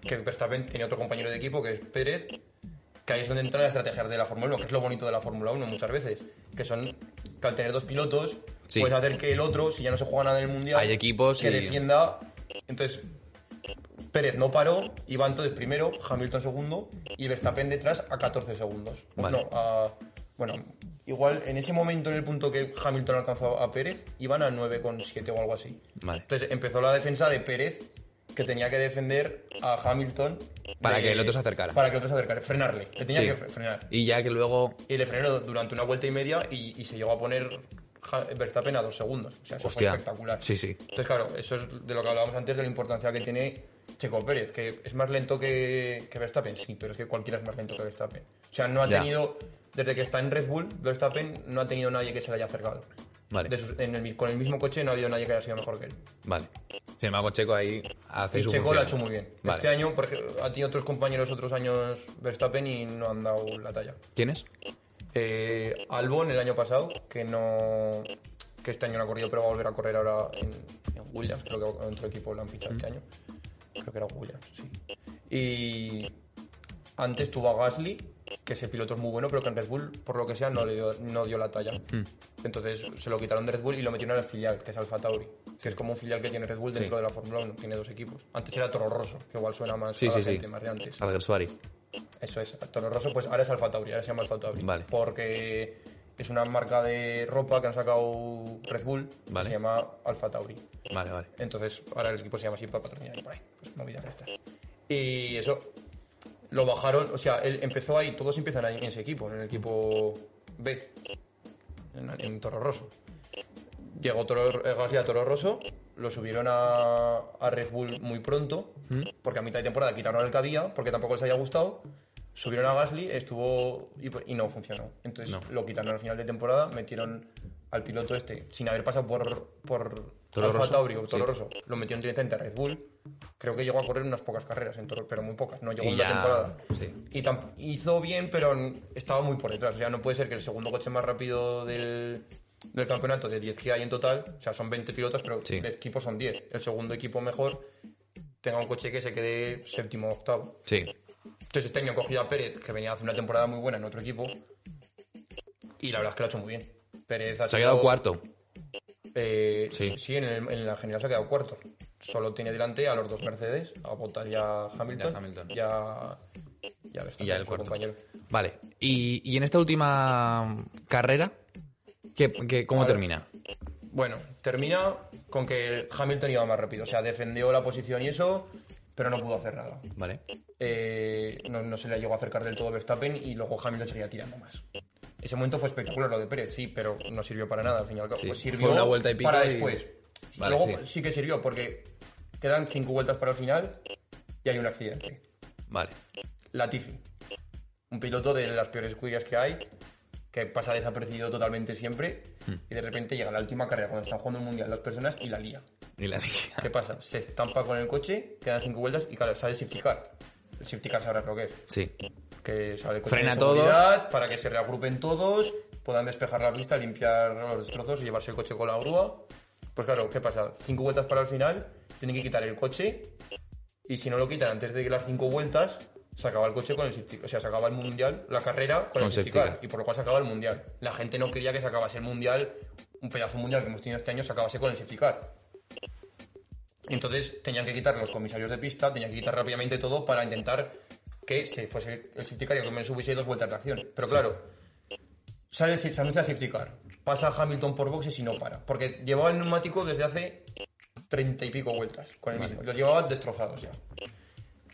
B: Que Verstappen tenía otro compañero de equipo, que es Pérez, que ahí es donde entra la estrategia de la Fórmula 1, que es lo bonito de la Fórmula 1 muchas veces, que son que al tener dos pilotos,
A: Sí.
B: puedes hacer que el otro, si ya no se juega nada en el Mundial,
A: Hay equipos
B: que
A: y-
B: defienda. Entonces, Pérez no paró, iba entonces primero, Hamilton segundo y Verstappen detrás a 14 segundos. Pues
A: Vale.
B: No, a- bueno, igual en ese momento, en el punto que Hamilton alcanzó a Pérez, iban a 9,7 o algo así.
A: Vale.
B: Entonces empezó la defensa de Pérez, que tenía que defender a Hamilton.
A: Para
B: de-
A: que el otro se acercara.
B: Para que el otro se acercara, frenarle. Le tenía
A: Sí.
B: que fre- frenar.
A: Y ya que luego...
B: Y le frenó durante una vuelta y media y, y se llegó a poner Ja- Verstappen a dos segundos. O sea, eso
A: Hostia.
B: fue espectacular.
A: Sí, sí.
B: Entonces, claro, eso es de lo que hablábamos antes de la importancia que tiene Checo Pérez, que es más lento que, que Verstappen, sí, pero es que cualquiera es más lento que Verstappen. O sea, no ha
A: Ya.
B: tenido, desde que está en Red Bull, Verstappen no ha tenido nadie que se le haya acercado.
A: Vale.
B: De sus- en el mi- con el mismo coche no ha habido nadie que haya sido mejor que él.
A: Vale. Sin embargo, Checo ahí hace
B: Y
A: su
B: Checo
A: función.
B: lo ha hecho muy bien.
A: Vale.
B: Este año, por ejemplo, ha tenido otros compañeros otros años Verstappen y no han dado la talla.
A: ¿Quién es?
B: Eh, Albon el año pasado, que no. que este año no ha corrido, pero va a volver a correr ahora en, en Williams. Creo que a otro equipo lo han fichado este año. Creo que era Williams, sí. Y. Antes tuvo a Gasly, que ese piloto es muy bueno, pero que en Red Bull, por lo que sea, no, le dio, no dio la talla. Entonces se lo quitaron de Red Bull y lo metieron al filial, que es Alfa Tauri, que es como un filial que tiene Red Bull dentro de la Fórmula 1, tiene dos equipos. Antes era Toro Rosso, que igual suena más
A: Sí,
B: a la
A: sí, sí.
B: gente, más de antes.
A: Alguersuari.
B: Eso es, Toro Rosso, pues ahora es Alfa Tauri, ahora se llama Alfa Tauri.
A: Vale.
B: Porque es una marca de ropa que han sacado Red Bull, que
A: Vale.
B: se llama Alfa Tauri.
A: Vale, vale.
B: Entonces, ahora el equipo se llama así para patrocinar y por ahí, pues movidas de estas. Y eso, lo bajaron, o sea, él empezó ahí, todos empiezan ahí en ese equipo, en el equipo B, en, en Toro Rosso. Llegó Toro, eh, Gasly a Toro Rosso, lo subieron a, a Red Bull muy pronto,
A: Mm.
B: porque a mitad de temporada quitaron el que había, porque tampoco les había gustado. Subieron a Gasly, estuvo y, pues- y no funcionó. Entonces
A: No.
B: lo quitaron al final de temporada, metieron al piloto este, sin haber pasado por, por
A: Toro
B: Alfa
A: Rosso.
B: Tauri o Toro
A: Sí.
B: Rosso, lo metieron directamente a Red Bull. Creo que llegó a correr unas pocas carreras, en Toro, pero muy pocas, no llegó
A: Y
B: a una
A: ya,
B: temporada.
A: sí.
B: Y tam- hizo bien, pero n- estaba muy por detrás. O sea, no puede ser que el segundo coche más rápido del, del campeonato, de 10 que hay en total, o sea, son 20 pilotos, pero
A: Sí.
B: el equipo son 10. El segundo equipo mejor tenga un coche que se quede séptimo o octavo.
A: Sí.
B: Entonces este año cogido a Pérez, que venía hace una temporada muy buena en otro equipo, y la verdad es que lo ha hecho muy bien. Pérez
A: Se ha quedado
B: sido-
A: cuarto.
B: eh,
A: Sí.
B: sí, en, el- en la general se ha quedado cuarto. O solo tiene delante a los dos Mercedes, a Bottas y a Hamilton.
A: Y a Hamilton.
B: Y a, y a
A: Y
B: Verstappen,
A: ya el
B: su
A: cuarto.
B: compañero.
A: Vale. Y, y en esta última carrera, ¿qué, qué- cómo
B: A ver.
A: termina?
B: Bueno, termina con que Hamilton iba más rápido. O sea, defendió la posición y eso, pero no pudo hacer nada.
A: Vale.
B: Eh, no, no se le llegó a acercar del todo Verstappen y luego Hamilton seguía tirando más. Ese momento fue espectacular lo de Pérez, sí, pero no sirvió para nada al final.
A: Sí,
B: sirvió
A: fue una vuelta y pico
B: para
A: y-
B: después.
A: Vale,
B: luego
A: sí.
B: sí. que sirvió porque quedan cinco vueltas para el final y hay un accidente.
A: Vale.
B: Latifi, un piloto de las peores escuderías que hay, que pasa desapercibido totalmente siempre y de repente llega a la última carrera cuando están jugando el mundial las personas y la lía.
A: Y la dije.
B: ¿Qué pasa? Se estampa con el coche, quedan cinco vueltas y claro, sale safety car. El safety car sabrás lo que es
A: Sí.
B: que sale con
A: Frena
B: para que se reagrupen todos, puedan despejar la pista, limpiar los destrozos y llevarse el coche con la grúa. Pues claro, ¿qué pasa? Cinco vueltas para el final, tienen que quitar el coche y si no lo quitan antes de que las cinco vueltas, se acaba el coche con el safety- o sea, se acaba el mundial, la carrera con,
A: Con
B: el safety
A: safety
B: car,
A: car.
B: y por lo cual se acaba el mundial. La gente no quería que se acabase el mundial, un pedazo mundial que hemos tenido este año, se acabase con el safety car. Entonces tenían que quitar los comisarios de pista, tenían que quitar rápidamente todo para intentar que se fuese el safety car y que al menos hubiese dos vueltas de acción. Pero claro, sale, el- se anuncia el safety car, pasa Hamilton por boxes y no para, porque llevaba el neumático desde hace treinta y pico vueltas con el mismo, los llevaba destrozados ya.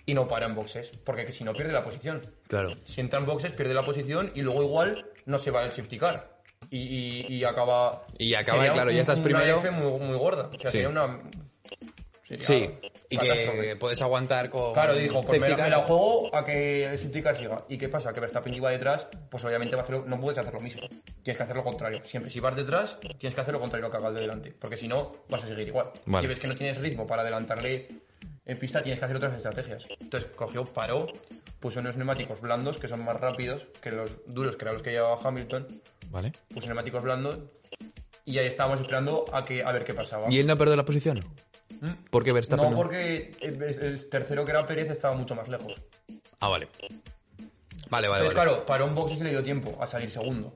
B: Y no para en boxes, porque que si no pierde la posición.
A: Claro.
B: Si entra en boxes, pierde la posición y luego igual no se va del safety car. Y, y- y acaba.
A: Y acaba,
B: sería
A: claro, ya
B: un-
A: estás
B: una
A: primero.
B: F muy, muy gorda. O sea,
A: Sí.
B: sería una. sería
A: Sí. Y que
B: catástrofe.
A: puedes aguantar con.
B: Claro, dijo, pues me
A: safety
B: la, me
A: car.
B: la juego a que el safety car siga. ¿Y qué pasa? Que Verstappen iba detrás, pues obviamente va a hacer lo- no puedes hacer lo mismo. Tienes que hacer lo contrario. Siempre, si vas detrás, tienes que hacer lo contrario que haga el de delante. Porque si no, vas a seguir igual.
A: Vale.
B: Si ves que no tienes ritmo para adelantarle en pista, tienes que hacer otras estrategias. Entonces cogió, paró, puso unos neumáticos blandos, que son más rápidos que los duros, que eran los que llevaba Hamilton.
A: Vale.
B: Puso neumáticos blandos y ahí estábamos esperando a, que, a ver qué pasaba.
A: ¿Y él no perdió la posición? Porque Verstappen.
B: ¿Mm? No, porque el, el tercero que era Pérez estaba mucho más lejos.
A: Ah, vale. Vale, vale,
B: Entonces,
A: Ah, vale.
B: claro, paró un box y le dio tiempo a salir segundo.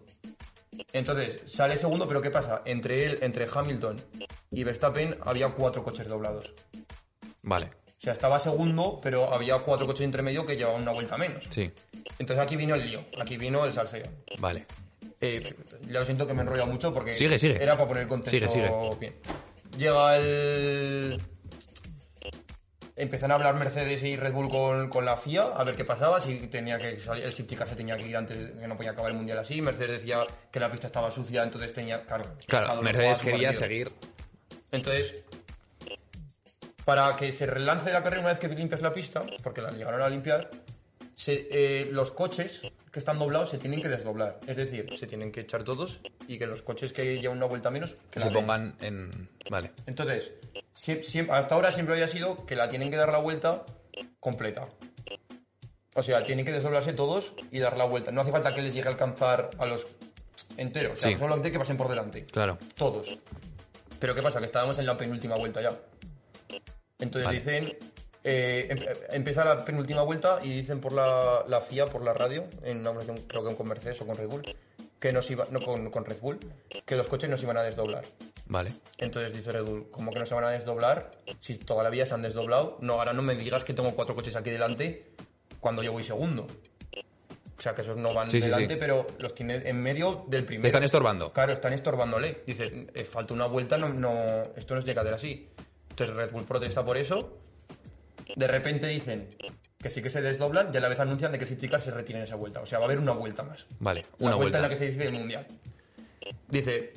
B: Entonces, sale segundo, pero ¿qué pasa? Entre él, entre Hamilton y Verstappen había cuatro coches doblados. O
A: Vale.
B: sea, estaba segundo, pero había cuatro coches entre medio que llevaban una vuelta menos.
A: Sí.
B: Entonces aquí vino el lío, aquí vino el salseo.
A: Vale.
B: Eh, ya lo siento que me he enrollado mucho porque
A: Sigue, sigue.
B: era para poner el contexto
A: Sigue, sigue.
B: bien. Llega el... Empezaron a hablar Mercedes y Red Bull con, con la FIA a ver qué pasaba, si tenía que salir, el safety car se tenía que ir antes, que no podía acabar el mundial así. Mercedes decía que la pista estaba sucia, entonces tenía... Claro, cada
A: Claro,
B: uno
A: Mercedes
B: jugaba su
A: quería
B: partido.
A: seguir.
B: Entonces, para que se relance la carrera una vez que limpias la pista, porque la llegaron a limpiar, se- eh, los coches que están doblados se tienen que desdoblar. Es decir, se tienen que echar todos y que los coches que llevan una vuelta menos
A: Que
B: que la
A: se
B: den.
A: pongan en. Vale.
B: Entonces, sie- siem- hasta ahora siempre había sido que la tienen que dar la vuelta completa. O sea, tienen que desdoblarse todos y dar la vuelta. No hace falta que les llegue a alcanzar a los enteros. O sea,
A: Sí.
B: solo que pasen por delante.
A: Claro.
B: Todos. Pero ¿qué pasa? Que estábamos en la penúltima vuelta ya. Entonces
A: Vale.
B: dicen. eh, em- empieza la penúltima vuelta y dicen por la, la FIA, por la radio, en una ocasión, creo que con Mercedes o con Red Bull, que nos iba, no con, con Red Bull, que los coches nos iban a desdoblar.
A: Vale.
B: Entonces dice Red Bull, ¿cómo que no se van a desdoblar? Si toda la vida se han desdoblado, no, ahora no me digas que tengo cuatro coches aquí delante cuando yo voy segundo. O sea, que esos no van
A: Sí, sí, sí.
B: delante, pero los tiene en medio del primero.
A: Te están estorbando.
B: Claro, están estorbándole. Dice, "Eh, falta una vuelta, no, no- esto no es de cadera así. Entonces Red Bull protesta por eso. De repente dicen que sí que se desdoblan y a la vez anuncian de que si chicas se retiren esa vuelta. O sea, va a haber una vuelta más.
A: Vale.
B: La
A: Una
B: en
A: vuelta.
B: la que se decide el mundial. Dice,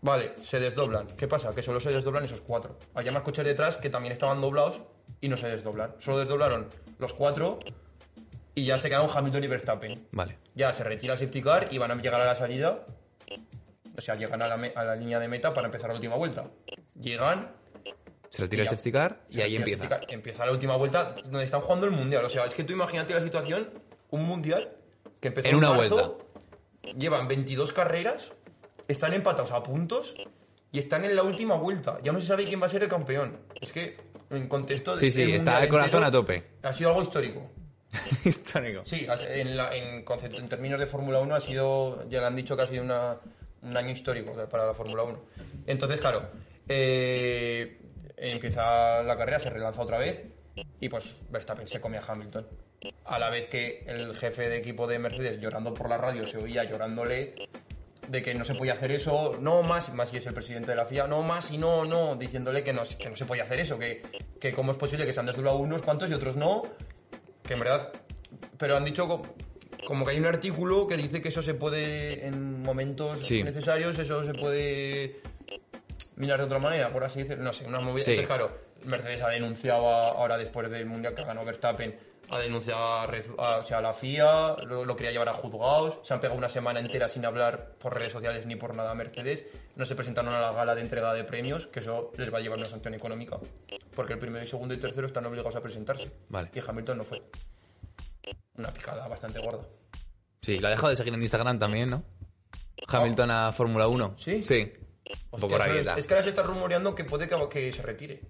B: vale, se desdoblan. ¿Qué pasa? Que solo se desdoblan esos cuatro. Había más coches detrás que también estaban doblados y no se desdoblan. Solo desdoblaron los cuatro y ya se quedaron Hamilton y Verstappen.
A: Vale.
B: Ya se retira el safety car y van a llegar a la salida. O sea, llegan a la, me- a la línea de meta para empezar la última vuelta. Llegan.
A: Se retira el
B: Ya.
A: safety car y
B: se
A: ahí
B: retira el
A: empieza.
B: safety car, Empieza la última vuelta donde están jugando el mundial. O sea, es que tú imagínate la situación: un mundial que empezó
A: En una
B: marzo,
A: vuelta.
B: Llevan 22 carreras, están empatados a puntos y están en la última vuelta. Ya no se sabe quién va a ser el campeón. Es que, en contexto de.
A: Sí, sí,
B: del
A: está
B: mundial
A: el corazón
B: entero,
A: a tope.
B: Ha sido algo histórico.
A: Histórico.
B: Sí, has- en, la- en concepto- en términos de Fórmula 1 ha sido, ya le han dicho que ha sido una- un año histórico para la Fórmula 1. Entonces, claro, eh, empieza la carrera, se relanza otra vez y pues Verstappen se come a Hamilton. A la vez que el jefe de equipo de Mercedes llorando por la radio se oía llorándole de que no se podía hacer eso, no más, y más y es el presidente de la FIA, no más y no, no, diciéndole que no, que no se podía hacer eso, que, que cómo es posible que se han desdoblado unos cuantos y otros no, que en verdad, pero han dicho co- como que hay un artículo que dice que eso se puede en momentos
A: Sí.
B: necesarios, eso se puede mirar de otra manera, por así decirlo, no sé, una movida.
A: Sí.
B: Entonces, claro, Mercedes ha denunciado a- ahora después del mundial que ganó Verstappen, ha denunciado a, Red- a- o sea, a la FIA, lo, lo quería llevar a juzgados, se han pegado una semana entera sin hablar por redes sociales ni por nada a Mercedes, no se presentaron a la gala de entrega de premios, que eso les va a llevar una sanción económica, porque el primero, y segundo y tercero están obligados a presentarse.
A: Vale.
B: Y Hamilton no fue. Una picada bastante gorda.
A: Sí, la ha dejado de seguir en Instagram también, ¿no? Hamilton a Fórmula 1.
B: ¿Sí?
A: Sí. Un poco
B: Hostia, eso
A: rabieta.
B: es, es que ahora se está rumoreando que puede que, que se retire.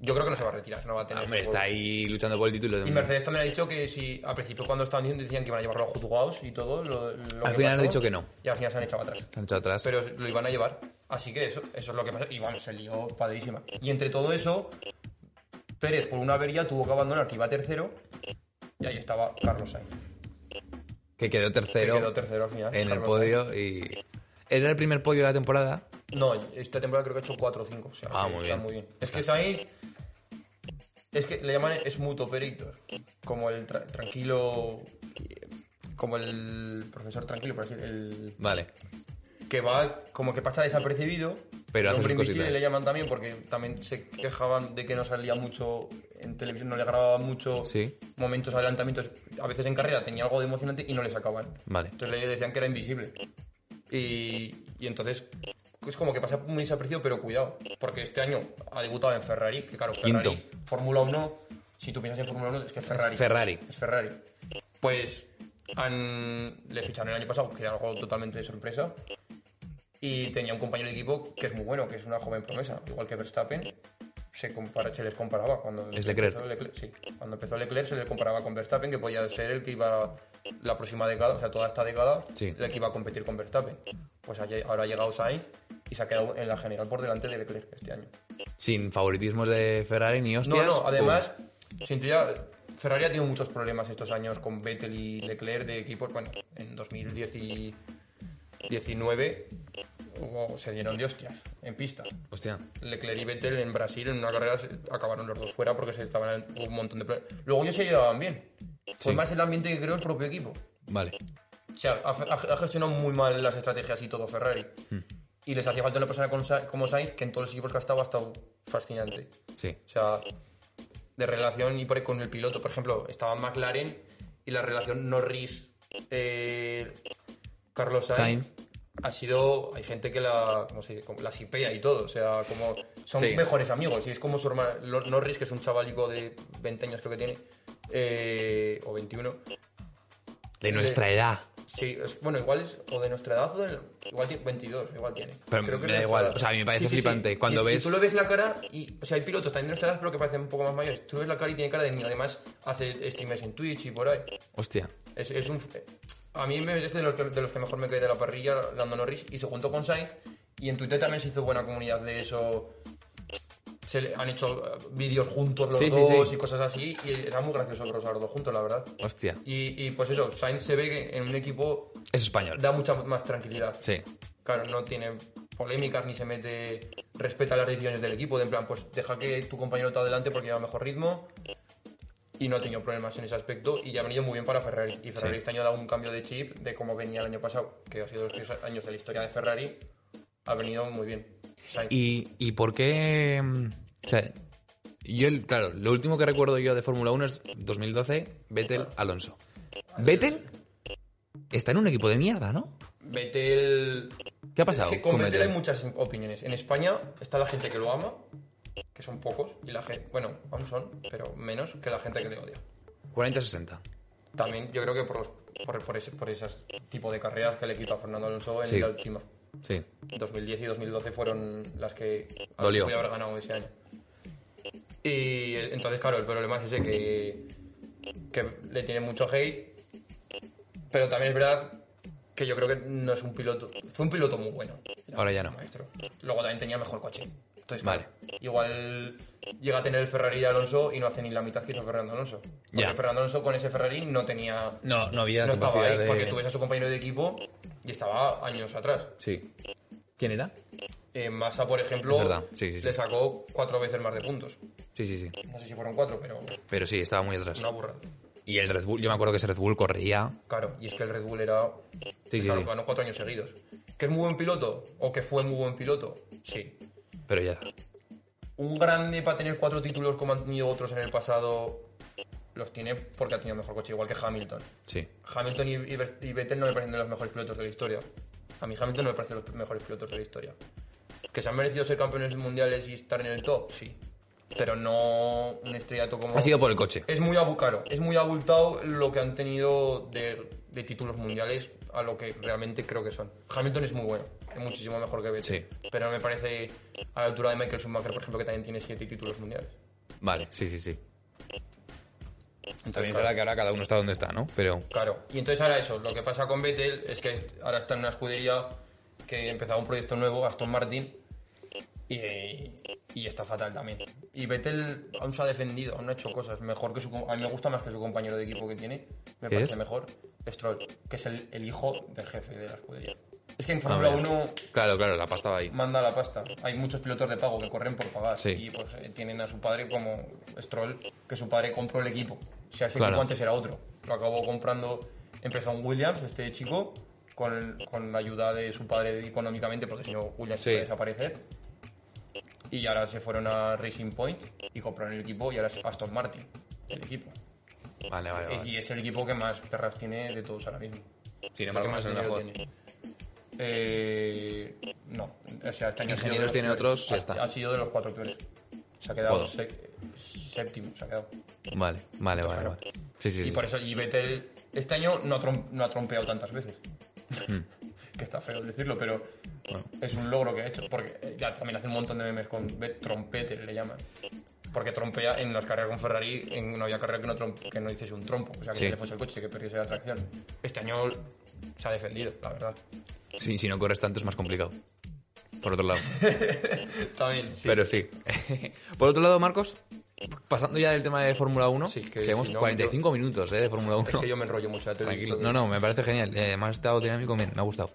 B: Yo creo que no se va a retirar, no va a
A: Ah,
B: tener.
A: Hombre, está ahí luchando por el título. de-
B: Y Mercedes también ha dicho que si al principio cuando estaban diciendo decían que iban a llevarlo a juzgados y todo, lo, lo
A: Al
B: que
A: final han
B: pasó,
A: dicho que no.
B: Y al final se han echado atrás.
A: Se han echado atrás.
B: Pero lo iban a llevar. Así que eso, eso es lo que pasó. Y vamos, se lió padrísima. Y entre todo eso, Pérez por una avería tuvo que abandonar, que iba tercero. Y ahí estaba Carlos Sainz.
A: que quedó
B: Que
A: tercero,
B: quedó tercero al final.
A: en el
B: Carlos
A: podio y... Era el primer podio de la temporada.
B: No, esta temporada creo que ha hecho 4 o 5. O sea,
A: Ah,
B: que
A: muy
B: está
A: bien.
B: muy bien. Es que Sainz. Es que le llaman Smooth Operator. Como el tra- tranquilo. Como el profesor tranquilo, por así el
A: Vale.
B: Que va como que pasa desapercibido.
A: Pero hace
B: hombre
A: sus
B: invisible
A: cositas.
B: le llaman también porque también se quejaban de que no salía mucho en televisión, no le grababan mucho
A: Sí.
B: momentos, adelantamientos. A veces en carrera tenía algo de emocionante y no le sacaban.
A: Vale.
B: Entonces le decían que era invisible. Y, y entonces es como que pasa muy desaparecido, pero cuidado. Porque este año ha debutado en Ferrari, que claro, Ferrari,
A: Quinto.
B: Fórmula 1, si tú piensas en Fórmula 1, es que es Ferrari.
A: Ferrari.
B: Es Ferrari. Pues han- le ficharon el año pasado, que era algo totalmente de sorpresa. Y tenía un compañero de equipo que es muy bueno, que es una joven promesa, igual que Verstappen. Se, compara, se les comparaba cuando
A: Es Leclerc.
B: empezó Leclerc, sí. cuando empezó Leclerc se le comparaba con Verstappen que podía ser el que iba la próxima década o sea toda esta década
A: Sí.
B: el que iba a competir con Verstappen pues ha lle- ahora ha llegado Sainz y se ha quedado en la general por delante de Leclerc este año
A: Sin favoritismos de Ferrari ni
B: no,
A: hostias. Uh.
B: no, además,
A: pum.
B: sin duda, Ferrari ha tenido muchos problemas estos años con Vettel y Leclerc de equipos. Bueno, en 2019 hubo- se dieron de hostias en pista.
A: Hostia.
B: Leclerc y Vettel en Brasil en una carrera se- acabaron los dos fuera porque se estaban hubo un montón de problemas. Luego ellos se llevaban bien. Fue
A: Sí.
B: más el ambiente que creó el propio equipo.
A: Vale.
B: O sea, ha, ha- ha gestionado muy mal las estrategias y todo Ferrari. Y les hacía falta una persona con Sa- como Sainz que en todos los equipos que ha estado ha estado fascinante.
A: Sí.
B: O sea, de relación y por con el piloto, por ejemplo, estaba McLaren y la relación Norris eh, Carlos Sainz, ha sido hay gente que la ¿cómo se dice? como la sipea y todo, o sea, como son
A: Sí.
B: mejores amigos y es como su hermano Lo- Norris que es un chavalico de 20 años creo que tiene eh, o 21.
A: De nuestra edad.
B: Sí, es- bueno, igual es o de nuestra edad o de- igual tiene 22, igual tiene.
A: Pero me
B: es
A: da
B: nuestra
A: igual,
B: edad.
A: o sea, a mí me parece flipante. Cuando
B: Y- y
A: ves-
B: tú lo ves la cara y o sea, hay pilotos también de nuestra edad pero que parecen un poco más mayores. Tú ves la cara y tiene cara de niño, además hace streamers en Twitch y por ahí.
A: Hostia.
B: Es, es un a mí me es de los, que, de los que mejor me cae de la parrilla Lando Norris y se juntó con Sainz y en Twitter también se hizo buena comunidad de eso. Se le- han hecho eh, vídeos juntos los
A: Sí, sí,
B: dos
A: sí.
B: y cosas así y era muy gracioso verlos a los dos juntos, la verdad.
A: Hostia.
B: Y, y pues eso, Sainz se ve que en un equipo
A: Es español.
B: da mucha más tranquilidad.
A: Sí.
B: Claro, no tiene polémicas ni se mete, respeta las decisiones del equipo, de en plan, pues deja que tu compañero te adelante porque lleva mejor ritmo y no ha tenido problemas en ese aspecto y ya ha venido muy bien para Ferrari. Y Ferrari
A: Sí.
B: este año ha dado un cambio de chip de cómo venía el año pasado, que ha sido los peores años de la historia de Ferrari, ha venido muy bien. Sainz.
A: ¿Y, y por qué...? mm, O sea, yo, el- claro, lo último que recuerdo yo de Fórmula 1 es 2012, Vettel, Alonso. Vettel está en un equipo de mierda, ¿no?
B: Vettel...
A: ¿Qué ha pasado
B: Es que con
A: con
B: Vettel
A: Vettel?
B: hay muchas opiniones. En España está la gente que lo ama, que son pocos, y la gente, bueno, aún son, pero menos que la gente que le odia.
A: 40-60.
B: También yo creo que por, los- por, por ese por esas tipo de carreras que le quitó a Fernando Alonso en
A: Sí.
B: la última.
A: Sí.
B: 2010 y 2012 fueron las que
A: Dolió.
B: podía haber ganado ese año. Y eh, entonces, claro, el problema es ese que, que le tiene mucho hate, pero también es verdad que yo creo que no es un piloto. Fue un piloto muy bueno.
A: Ahora ya no.
B: Maestro. Luego también tenía mejor coche. Entonces,
A: Vale.
B: claro, igual llega a tener el Ferrari de Alonso y no hace ni la mitad que hizo Fernando Alonso. Porque
A: Ya.
B: Fernando Alonso con ese Ferrari no tenía.
A: No, no había
B: no estaba
A: capacidad
B: ahí
A: de-
B: porque tú ves a su compañero de equipo y estaba años atrás.
A: Sí. ¿Quién era?
B: Eh, Massa, por ejemplo,
A: Es verdad, sí, sí, sí.
B: le sacó cuatro veces más de puntos.
A: Sí, sí, sí.
B: No sé si fueron cuatro, pero
A: Pero sí, estaba muy atrás.
B: una burrada.
A: Y el Red Bull, yo me acuerdo que ese Red Bull corría.
B: Claro, y es que el Red Bull era.
A: Sí, sí,
B: claro,
A: sí.
B: ganó cuatro años seguidos. ¿Que es muy buen piloto? ¿O que fue muy buen piloto? Sí.
A: Pero ya.
B: Un grande para tener cuatro títulos como han tenido otros en el pasado, los tiene porque ha tenido mejor coche, igual que Hamilton.
A: Sí.
B: Hamilton y, y Vers- y Vettel no me parecen de los mejores pilotos de la historia. A mí Hamilton no me parecen los mejores pilotos de la historia. ¿Que se han merecido ser campeones mundiales y estar en el top? Sí. Pero no un estrellato como...
A: Ha sido por el coche.
B: Es muy abu- claro, es muy abultado lo que han tenido de, de títulos mundiales a lo que realmente creo que son. Hamilton es muy bueno, es muchísimo mejor que Vettel, pero no me parece a la altura de Michael Schumacher, por ejemplo, que también tiene siete títulos mundiales.
A: Vale, sí, sí, sí. También es
B: claro.
A: verdad que ahora cada uno está donde está, ¿no? Pero.
B: Claro, y entonces ahora eso, lo que pasa con Vettel es que ahora está en una escudería que empezaba un proyecto nuevo, Aston Martin, y, y está fatal también. Y Vettel aún se ha defendido, aún no ha hecho cosas mejor que su... com- A mí me gusta más que su compañero de equipo que tiene, me
A: ¿Qué
B: parece
A: es?
B: mejor, Stroll, que es el, el hijo del jefe de la escudería. Es que en
A: A
B: Fórmula
A: ver.
B: 1
A: Claro, claro, la pasta va ahí.
B: manda la pasta. Hay muchos pilotos de pago que corren por pagar.
A: Sí.
B: Y pues eh, tienen a su padre como Stroll, que su padre compró el equipo. O sea, ese
A: Claro.
B: equipo antes era otro. Lo acabó comprando, empezó en Williams, este chico, con, con la ayuda de su padre económicamente, porque si no, Williams
A: Sí.
B: iba a desaparecer. Y ahora se fueron a Racing Point y compraron el equipo y ahora es Aston Martin, el equipo.
A: Vale, vale, vale.
B: Y es el equipo que más perras tiene de todos ahora mismo.
A: Sin
B: El que
A: embargo, no
B: más
A: es el
B: dinero
A: mejor.
B: tiene. Eh, no, o sea, este año ha sido
A: Ingenieros
B: de los
A: tiene
B: peores.
A: otros, ya
B: Ha-
A: está.
B: Ha sido de los cuatro peores. Se ha quedado
A: Joder.
B: sec- séptimo, se ha quedado.
A: Vale, vale, vale, vale. Sí, sí,
B: Y
A: sí.
B: por eso, y Vettel este año no ha, trom- no ha trompeado tantas veces.
A: Hmm.
B: que está feo decirlo, pero es un logro que ha hecho. Porque eh, ya también hace un montón de memes con Vettel, trompete, le llaman. Porque trompea en las carreras con Ferrari, en, no había carrera que no, trom- que no hiciese un trompo. O sea, que
A: Sí.
B: le fuese el coche, que perdiese la tracción. Este año se ha defendido, la verdad.
A: Sí, si no corres tanto es más complicado. Por otro lado.
B: También, sí.
A: Pero sí. Por otro lado, Marcos, pasando ya del tema de Fórmula 1,
B: Sí, que
A: llevamos
B: si no,
A: 45 minutos eh, de Fórmula 1.
B: Es que yo me enrollo mucho, ya te lo he
A: Tranquilo.
B: dicho.
A: No, no, me parece genial. Eh, me ha estado dinámico, bien, me ha gustado.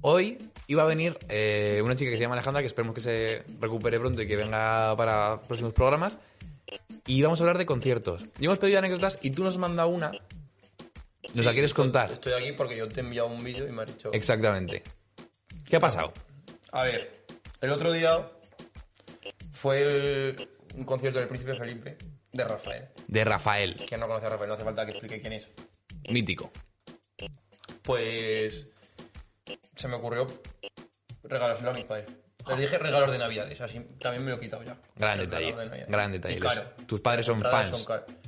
A: Hoy iba a venir eh, una chica que se llama Alejandra, que esperemos que se recupere pronto y que venga para próximos programas. Y vamos a hablar de conciertos. Y hemos pedido anécdotas y tú nos has mandado una. ¿Nos la quieres contar?
B: Estoy aquí porque yo te he enviado un vídeo y me has dicho...
A: Exactamente. ¿Qué ha pasado?
B: A ver, el otro día fue el- un concierto del Príncipe Felipe de Rafael.
A: De Rafael,
B: Quien no conoce a Rafael, no hace falta que explique quién es.
A: mítico.
B: Pues se me ocurrió regalárselo a mis padres. Les dije regalos de Navidades, así también me lo he quitado ya.
A: Gran
B: Regalos
A: detalle,
B: de Navidad.
A: gran detalle.
B: Y caro.
A: Les- tus padres son
B: Las entradas
A: fans.
B: son caras.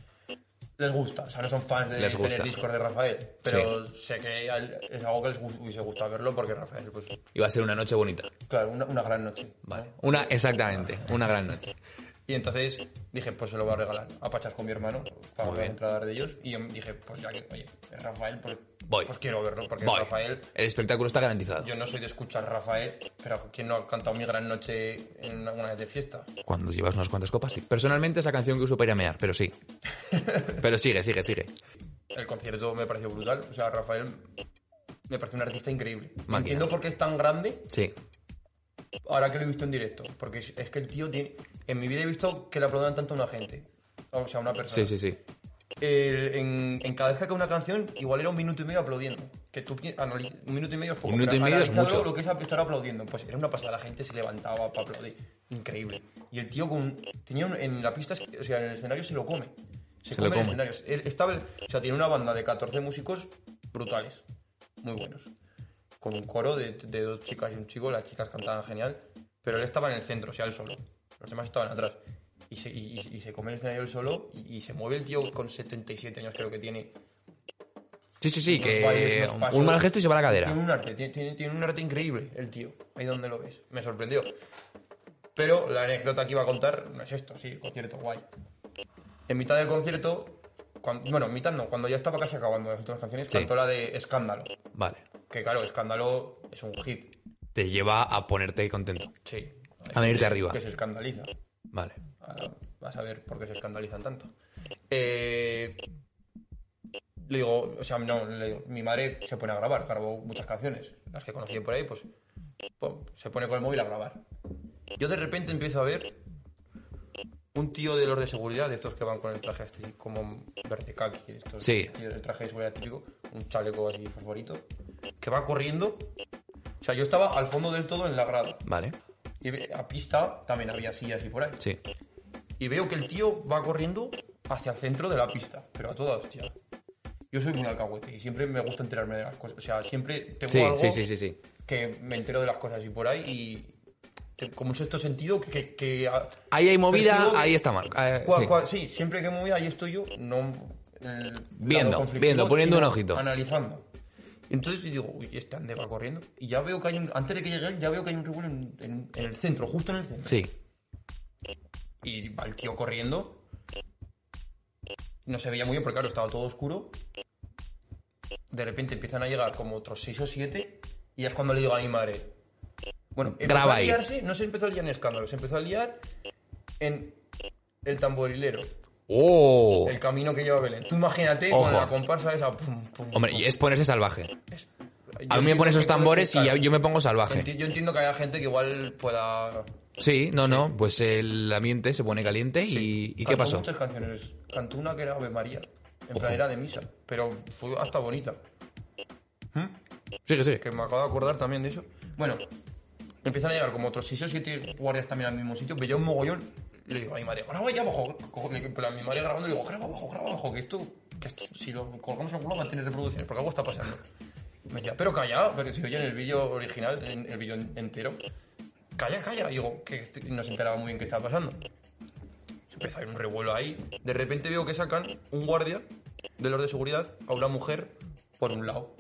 B: les gusta, o sea, no son fans de
A: Les gusta.
B: tener discos de Rafael, pero sé que a él es algo que les gu- hubiese gustado verlo porque Rafael, pues,
A: Iba a ser una noche bonita.
B: claro, una, una gran noche.
A: Vale. Una, exactamente, una gran noche.
B: Y entonces dije, pues se lo voy a regalar a Pachas con mi hermano para
A: Muy
B: las
A: bien.
B: entradas de ellos. Y yo dije, pues ya que, oye, es Rafael, pues,
A: Voy.
B: pues quiero verlo, porque
A: Voy.
B: Rafael,
A: El espectáculo está garantizado.
B: yo no soy de escuchar Rafael, pero ¿quién no ha cantado mi gran noche en una, una vez de fiesta?
A: Cuando llevas unas cuantas copas, sí. Personalmente es la canción que uso para ir a mear, pero sí. Pero sigue, sigue, sigue.
B: El concierto me pareció brutal, o sea, Rafael me parece un artista increíble.
A: Máquina.
B: Entiendo por qué es tan grande
A: Sí.
B: ahora que lo he visto en directo, porque es, es que el tío tiene... En mi vida he visto que le aplaudan tanto a una gente, o sea, a una persona.
A: Sí, sí, sí.
B: El- en, en cada vez que acaba una canción, igual era un minuto y medio aplaudiendo. Que tú pi- analiz- un minuto y medio es poco,
A: Un minuto
B: pero
A: y medio es
B: analízalo
A: mucho.
B: Lo que es estar aplaudiendo, pues era una pasada. La gente se levantaba para aplaudir, increíble. Y el tío con, tenía un- en la pista, o sea, en el escenario se lo come. Se,
A: Se lo
B: come, en el
A: come.
B: escenario. Él estaba- o sea, tiene una banda de 14 músicos brutales, muy buenos. Con un coro de, de dos chicas y un chico, las chicas cantaban genial, pero él estaba en el centro, o sea, él solo. Los demás estaban atrás. Y se, y- y- y se come el escenario él solo y, y se mueve el tío con 77 años creo que tiene.
A: Sí, sí, sí,
B: Unos bailes,
A: que
B: unos pasos.
A: un mal gesto y se va la
B: Tiene
A: cadera.
B: un arte, tiene, tiene- tiene un arte increíble el tío, ahí donde lo ves. Me sorprendió. Pero la anécdota que iba a contar no es esto, sí, concierto guay. En mitad del concierto, cuan- bueno, en mitad no, cuando ya estaba casi acabando las últimas canciones,
A: Sí.
B: cantó la de Escándalo.
A: Vale.
B: Que claro, Escándalo es un hit,
A: Te lleva a ponerte contento.
B: sí.
A: A venirte arriba.
B: Que se escandaliza.
A: Vale.
B: Ahora vas a ver por qué se escandalizan tanto. Eh, le digo, o sea, no, le digo, mi madre se pone a grabar, grabó muchas canciones, las que conocí por ahí, pues pum, se pone con el móvil a grabar. Yo de repente empiezo a ver un tío de los de seguridad, de estos que van con el traje así como verde caqui, estos
A: Sí.
B: tíos de traje de seguridad típico, un chaleco así favorito, que va corriendo. O sea, yo estaba al fondo del todo en la grada.
A: Vale.
B: Y ve- a pista también había sillas y por ahí.
A: Sí.
B: Y veo que el tío va corriendo hacia el centro de la pista, pero a toda hostia. Yo soy muy alcahuete y siempre me gusta enterarme de las cosas. O sea, siempre tengo
A: Sí,
B: algo
A: sí, sí, sí, sí.
B: que me entero de las cosas y por ahí y... que- Como un sexto sentido que... que- que-
A: Ahí hay movida,
B: percibo que-
A: ahí está Marco. Eh,
B: Cua-
A: sí.
B: cua- sí. siempre que me voy, ahí estoy yo, no... el lado
A: Viendo,
B: conflictivo,
A: viendo, poniendo
B: sino
A: un ojito.
B: Analizando. Entonces yo digo, uy, este ande va corriendo. Y ya veo que hay un... Antes de que llegue él, ya veo que hay un revuelo en, en- en el centro, justo en el centro.
A: Sí.
B: Y va el tío corriendo. No se veía muy bien porque, claro, estaba todo oscuro. De repente empiezan a llegar como otros seis o siete. Y ya es cuando le digo a mi madre. Bueno, empezó
A: Graba
B: a
A: ahí.
B: liarse, no se empezó a liar en escándalos, se empezó a liar en el tamborilero,
A: ¡Oh!
B: el camino que lleva Belén. Tú imagínate
A: Ojo.
B: con la comparsa esa. pum, pum,
A: Hombre,
B: pum.
A: y es ponerse salvaje.
B: Es-
A: A
B: yo
A: mí me ponen
B: entiendo
A: esos
B: que-
A: tambores y ya-
B: claro,
A: yo me pongo salvaje.
B: enti- Yo entiendo que haya gente que igual pueda
A: Sí, no, no. Pues el ambiente se pone caliente y, ¿y qué
B: Cantó
A: pasó?
B: muchas canciones. Cantó una que era Ave María. En plan, era de misa. Pero fue hasta bonita.
A: Sigue, sigue.
B: Que me acabo de acordar también de eso. Bueno, empiezan a llegar como otros 6 o 7 guardias también al mismo sitio. Veía un mogollón. Le digo a mi madre, graba ya abajo. Cojo- le- Pero a mi madre grabando le digo, graba abajo, graba abajo. Que esto, que esto si lo colgamos en algún lado va a tener reproducciones. Porque algo está pasando. Me decía, pero calla, pero si oyen el vídeo original, en el vídeo en- entero. Calla, calla. Y digo, que este- no se enteraba muy bien qué estaba pasando. Empieza a haber un revuelo ahí. De repente veo que sacan un guardia de los de seguridad a una mujer por un lado.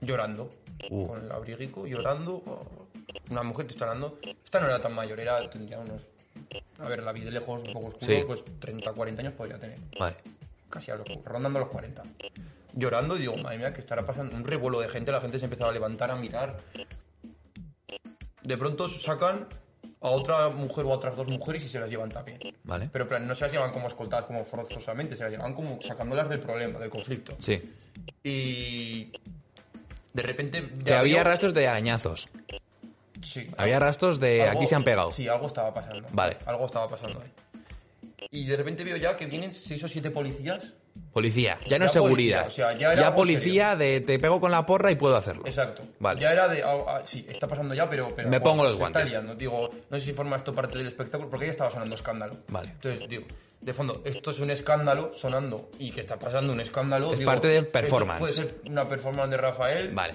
B: Llorando.
A: Uh.
B: Con el abriguico, llorando. Una mujer te está hablando. Esta no era tan mayor, era, tendría unos. A ver, la vi de lejos, un poco oscuro,
A: Sí.
B: pues 30, 40 años podría tener.
A: Vale.
B: Casi a los, rondando los 40. Llorando y digo, madre mía, que estará pasando un revuelo de gente. La gente se empezaba a levantar, a mirar. De pronto sacan a otra mujer o a otras dos mujeres y se las llevan también.
A: Vale.
B: Pero en plan, no se las llevan como escoltadas, como forzosamente, se las llevan como sacándolas del problema, del conflicto.
A: Sí.
B: Y de repente...
A: Que
B: ya
A: había
B: veo-
A: rastros de añazos.
B: Sí.
A: Había rastros de
B: Algo-
A: Eh, aquí se han pegado.
B: Sí, algo estaba pasando.
A: Vale.
B: Algo estaba pasando ahí. Y de repente veo ya que vienen seis o siete policías.
A: Policía. Ya no
B: Ya
A: es seguridad.
B: policía, o sea, ya era algo
A: policía de te pego con la porra y puedo hacerlo.
B: Exacto.
A: Vale.
B: Ya era de... ah, ah, sí, está pasando ya, pero... pero
A: Me
B: bueno,
A: pongo los
B: se
A: guantes.
B: Está liando. Digo, no sé si forma esto parte del espectáculo, porque ya estaba sonando escándalo.
A: Vale.
B: Entonces, digo... De fondo, esto es un escándalo sonando y que está pasando un escándalo.
A: Es
B: digo,
A: parte del
B: esto
A: performance.
B: Puede ser una performance de Rafael.
A: Vale.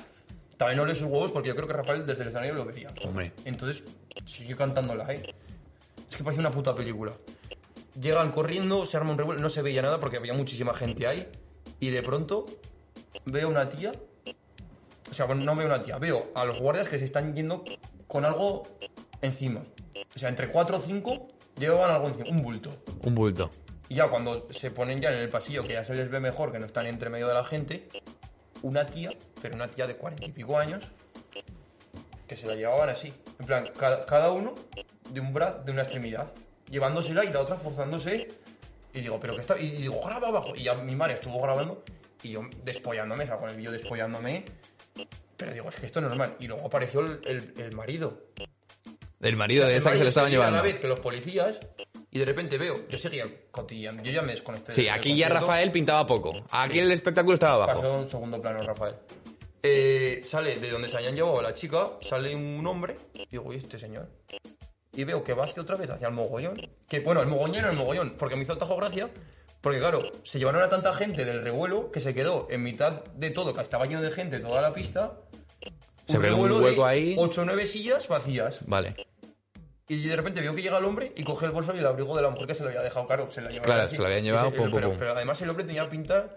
B: También no le sus huevos porque yo creo que Rafael desde el escenario lo vería.
A: Hombre.
B: Entonces, siguió cantándola, ¿eh? Es que parece una puta película. Llegan corriendo, se arma un revuelo, no se veía nada porque había muchísima gente ahí. Y de pronto veo una tía. O sea, bueno, no veo una tía, veo a los guardias que se están yendo con algo encima. O sea, entre 4 o 5 llevaban algo encima, un bulto.
A: Un bulto.
B: Y ya cuando se ponen ya en el pasillo, que ya se les ve mejor, que no están entre medio de la gente, una tía, pero una tía de cuarenta y pico años, que se la llevaban así. En plan, cada, cada uno de un brazo, de una extremidad, llevándosela y la otra forzándose. Y digo, pero que está. Y digo, graba abajo. Y ya mi madre estuvo grabando y yo despollándome, o sea, con el vídeo despollándome. Pero digo, es que esto no es normal. Y luego apareció el- el- el marido,
A: El marido de
B: el
A: esta que se
B: marido
A: lo estaban
B: seguía
A: llevando.
B: A la vez que los policías, y de repente veo, yo seguía cotillando, yo ya me desconecté.
A: Sí,
B: del
A: aquí ya
B: concierto.
A: Rafael pintaba poco. Aquí el espectáculo estaba abajo.
B: Pasó a un segundo plano, Rafael. Eh, sale de donde se habían llevado a la chica, sale un hombre, digo, ¿y este señor? Y veo que va hacia otra vez hacia el mogollón. Que bueno, el mogollón era el mogollón, porque me hizo tajo gracia. Porque claro, se llevaron a tanta gente del revuelo que se quedó en mitad de todo, que estaba lleno de gente toda la pista.
A: Se ve un
B: revuelo
A: hueco
B: de
A: ahí.
B: Ocho o nueve sillas vacías.
A: Vale.
B: Y de repente vio que llega el hombre y coge el bolso y el abrigo de la mujer que se lo había dejado caro. Se la llevaba
A: Claro,
B: así.
A: se lo habían llevado,
B: Pero-
A: pum, pum,
B: pero,
A: pum.
B: pero además el hombre tenía pinta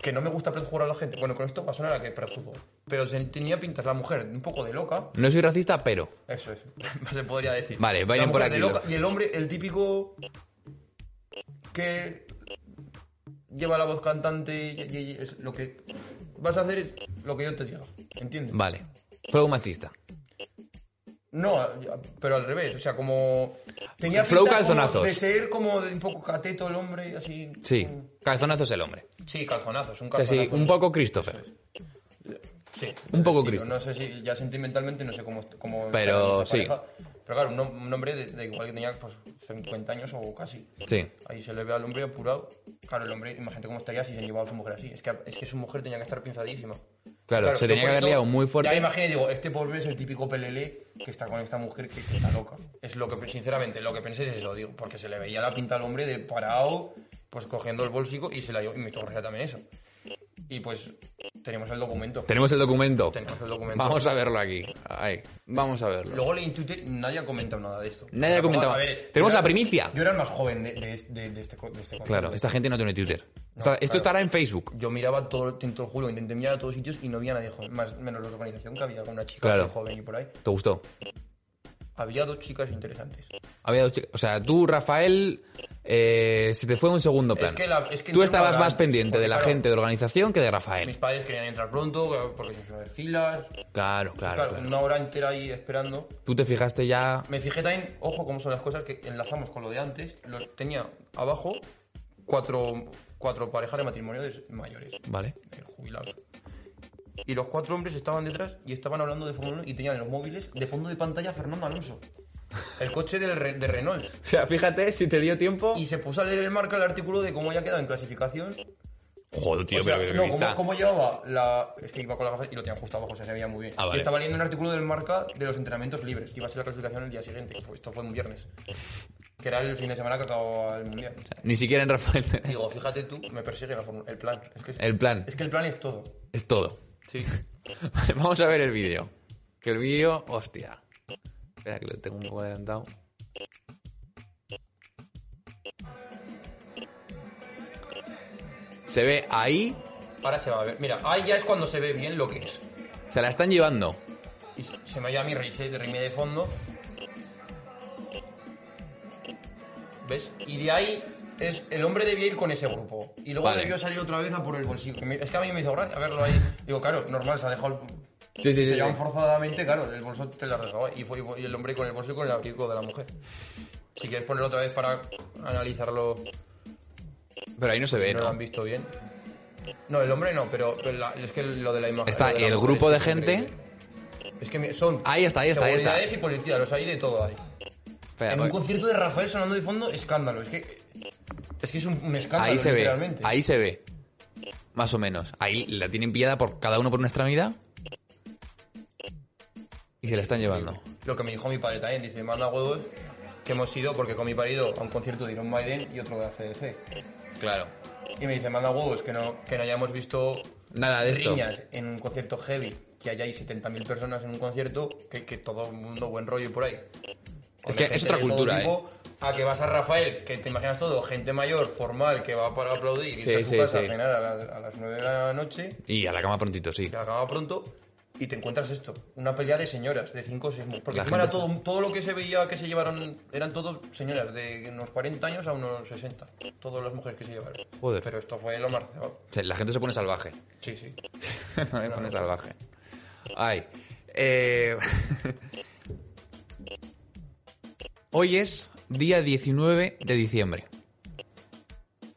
B: que no me gusta perjurar a la gente. Bueno, con esto va a sonar a que perjugo. Pero se- tenía pinta la mujer un poco de loca.
A: No soy racista, pero.
B: Eso es. se podría decir.
A: Vale,
B: La
A: vayan por
B: mujer de
A: aquí,
B: loca
A: los-
B: y el hombre, el típico que lleva la voz cantante y, y- y es lo que vas a hacer es lo que yo te diga. ¿Entiendes?
A: Vale. Fue un machista.
B: No, ya, pero al revés, o sea, como... Tenía
A: Flow
B: pinta como
A: calzonazos.
B: De ser como de un poco cateto el hombre, así...
A: Sí, calzonazo es el hombre.
B: Sí, calzonazos, un
A: O sea,
B: calzonazo.
A: sí, un poco Christopher.
B: Sí,
A: un poco
B: estilo.
A: Cristo.
B: No sé si ya sentimentalmente no sé cómo... cómo
A: Pero
B: esa
A: sí.
B: pareja. Pero claro, un, hom- un hombre de, de igual que tenía pues 50 años o casi.
A: Sí.
B: Ahí se le ve al hombre apurado. Claro, el hombre, imagínate cómo estaría si se llevaba a su mujer así. Es que, es que su mujer tenía que estar pinzadísima.
A: Claro, se
B: yo
A: tenía
B: por
A: que haber
B: eso
A: liado muy fuerte.
B: Ya imagino, digo, este pobre es el típico pelele que está con esta mujer que, que está loca. Es lo que, sinceramente, lo que pensé es eso, digo, porque se le veía la pinta al hombre de parado, pues cogiendo el bolsico y se la llevó. Y me hizo gracia también eso. Y pues, tenemos el documento.
A: Tenemos el documento.
B: Tenemos el documento.
A: Vamos a verlo aquí. Ahí. Vamos a verlo.
B: Luego leí en Twitter nadie ha comentado nada de esto.
A: Nadie ha
B: Tampoco-
A: comentado.
B: a ver,
A: Tenemos
B: yo
A: la
B: era-
A: primicia.
B: Yo era el más joven de, de- de- de este, co- de este
A: Claro,
B: contenido.
A: esta gente no tiene Twitter. Está- esto
B: claro.
A: estará en Facebook.
B: Yo miraba todo, te te lo juro, intenté mirar a todos sitios y no había nadie joven, más menos la organización que había con una chica
A: Claro.
B: así joven y por ahí.
A: ¿Te gustó?
B: Había dos chicas interesantes.
A: Había dos chicas- O sea, tú, Rafael, eh, se te fue a un segundo plano.
B: que la- es que
A: tú
B: entró
A: estabas
B: para
A: más
B: adelante,
A: pendiente de
B: porque,
A: la
B: claro,
A: gente de la organización que de
B: Mis
A: Rafael.
B: padres querían entrar pronto porque se iban a hacer filas.
A: Claro,
B: Claro,
A: claro, claro.
B: una hora entera ahí esperando.
A: Tú te fijaste ya.
B: Me fijé también, ojo, cómo son las cosas que enlazamos con lo de antes. Los, tenía abajo cuatro, cuatro parejas de matrimonio de mayores,
A: Vale.
B: de jubilados. Y los cuatro hombres estaban detrás y estaban hablando de Fórmula 1 y tenían en los móviles de fondo de pantalla a Fernando Alonso. El coche del Re- de Renault.
A: O sea, fíjate si te dio tiempo.
B: Y se puso a leer el marca el artículo de cómo había quedado en clasificación
A: Joder, tío,
B: O sea,
A: pero qué
B: no,
A: vista.
B: ¿cómo, cómo llevaba la. Es que iba con la gafas y lo tenía justo abajo, o sea, se veía muy bien.
A: Ah, vale.
B: Y estaba leyendo un artículo del marca de los entrenamientos libres, que iba a ser la clasificación el día siguiente. Pues esto fue un viernes. Que era el fin de semana que acababa el mundial.
A: Ni siquiera en Rafael.
B: Digo, fíjate tú, me persigue la fórmula- el plan. Es que,
A: El plan.
B: es que el plan es todo.
A: Es todo.
B: Sí.
A: Vale, vamos a ver el vídeo. Que el vídeo, hostia. Espera, que lo tengo un poco adelantado. Se ve ahí,
B: Ahora se va a ver. Mira, ahí ya es cuando se ve bien lo que es.
A: se la están llevando.
B: Y se, se me oye a mí reírse- reírme de fondo. ¿Ves? Y de ahí es el hombre debía ir con ese grupo. Y luego
A: Vale.
B: debió salir otra vez a por el bolsillo. Que me- Es que a mí me hizo gracia verlo ahí. Digo, claro, normal, se ha dejado el...
A: Sí, sí, sí,
B: Te
A: sí.
B: llevan forzadamente, claro, el bolso te la dejaba. Y, fue, y el hombre con el bolso y con el abrigo de la mujer. Si quieres ponerlo otra vez para analizarlo,
A: Pero ahí no se ve,
B: no lo han
A: ¿no?
B: visto bien. No, el hombre no, pero, pero la- es que lo de la imagen.
A: Está
B: lo de la
A: el
B: mujer
A: grupo
B: es
A: de gente.
B: increíble. Es que me- son.
A: Ahí está, ahí está, ahí está. pues.
B: seguridades y policías, los hay de todo ahí.
A: Espera,
B: en un
A: voy.
B: concierto de Rafael sonando de fondo, escándalo. Es que. Es que es un, un escándalo,
A: ahí se ve,
B: literalmente.
A: ahí se ve. Más o menos. Ahí la tienen pillada por cada uno por una extremidad. Y se la están llevando.
B: Lo que me dijo mi padre también, dice: manda huevos que hemos ido porque con mi padre he ido a un concierto de Iron Maiden y otro de ACDC.
A: Claro.
B: Y me dice: manda huevos que no, que no hayamos visto
A: Nada de esto.
B: riñas en un concierto heavy, que haya ahí 70.000 personas en un concierto, que, que todo el mundo buen rollo por ahí. Con
A: Es que
B: gente
A: es otra
B: de todo
A: cultura, ¿eh?
B: tipo, A que vas a Rafael, que te imaginas todo, gente mayor, formal, que va para aplaudir y
A: Sí,
B: irse a su
A: sí,
B: casa
A: sí.
B: a cenar a, la- a las 9 de la noche,
A: Y a la cama prontito, sí.
B: que acaba pronto, y te encuentras esto, una pelea de señoras, de 5 o 6 Porque
A: La
B: encima
A: gente
B: era todo, todo lo que se veía que se llevaron, eran todos señoras, de unos 40 años a unos 60, todas las mujeres que se llevaron.
A: Joder.
B: Pero esto fue lo más... cerrado.
A: O sea, La gente se pone salvaje.
B: Sí, sí.
A: me pone salvaje. Ay. eh, Hoy es día 19 de diciembre.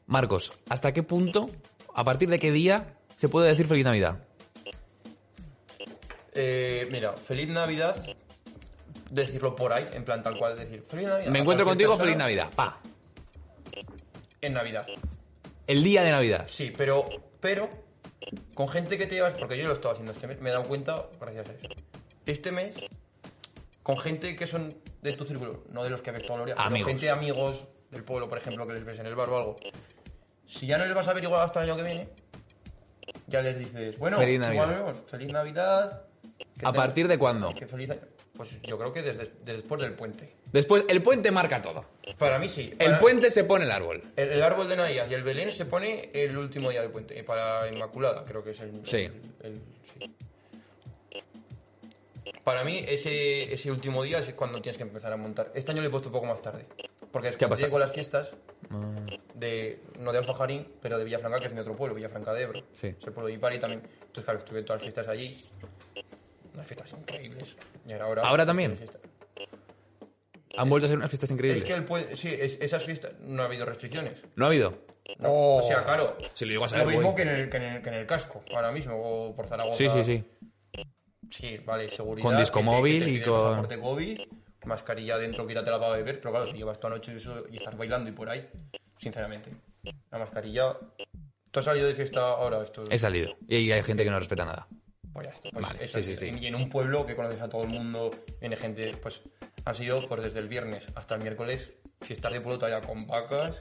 A: Marcos, ¿hasta qué punto, a partir de qué día, se puede decir Feliz Navidad?
B: Eh, mira, feliz Navidad. Decirlo por ahí, en plan tal cual, decir feliz Navidad.
A: Me
B: a
A: encuentro
B: cualquier
A: contigo, feliz
B: persona
A: Navidad. Pa.
B: En Navidad.
A: El día de Navidad.
B: Sí, pero, pero, con gente que te llevas, porque yo lo estaba haciendo este mes, me he dado cuenta, gracias a eso. Este mes, con gente que son de tu círculo, no de los que ves todos los días, pero
A: Amigos.
B: gente amigos del pueblo, por ejemplo, que les ves en el bar o algo. Si ya no les vas a ver igual hasta el año que viene, ya les dices, bueno,
A: Feliz
B: igual
A: Navidad.
B: vemos, feliz Navidad. que
A: ¿A
B: tengas-
A: partir de cuándo?
B: que feliz año. Pues yo creo que desde, desde después del puente.
A: Después, el puente marca todo.
B: Para mí sí.
A: El
B: Para-
A: puente se pone el árbol.
B: El, el árbol de Navidad y el Belén se pone el último día del puente. eh, Para Inmaculada, creo que es el.
A: Sí.
B: el- el- sí. Para mí, ese, ese último día es cuando tienes que empezar a montar. Este año lo he puesto un poco más tarde. Porque es
A: ¿Qué ha
B: que
A: pasado?
B: con las fiestas Ah. de. No de Alfajarín, pero de Villafranca, que es mi otro pueblo, Villafranca de Ebro.
A: Sí.
B: Es el pueblo de Ipari también. Entonces, claro, estuve todas las fiestas allí. Unas fiestas increíbles. Y ahora,
A: ¿Ahora también? Han vuelto a ser unas fiestas increíbles.
B: Es que él puede. Sí, es- esas fiestas no ha habido restricciones.
A: No ha habido.
B: O sea, claro.
A: Si lo llego a saber,
B: Lo mismo
A: voy.
B: que en, el, que, en el, que en el casco, ahora mismo, o por Zaragoza.
A: Sí, sí, sí.
B: Sí, vale, seguridad.
A: Con disco
B: que te- que
A: móvil
B: te
A: y
B: piden
A: con-
B: pasaporte COVID, mascarilla dentro, quítate la para beber, pero claro, si llevas toda noche y, eso, y estás bailando y por ahí, sinceramente, la mascarilla... ¿Tú has salido de fiesta ahora? Esto...
A: He salido. Y hay gente que no respeta nada.
B: Pues ya está, pues
A: Vale,
B: eso
A: sí,
B: es.
A: sí, sí.
B: Y en un pueblo que conoces a todo el mundo, viene gente, pues han sido pues, desde el viernes hasta el miércoles fiestas de pueblo todavía con vacas,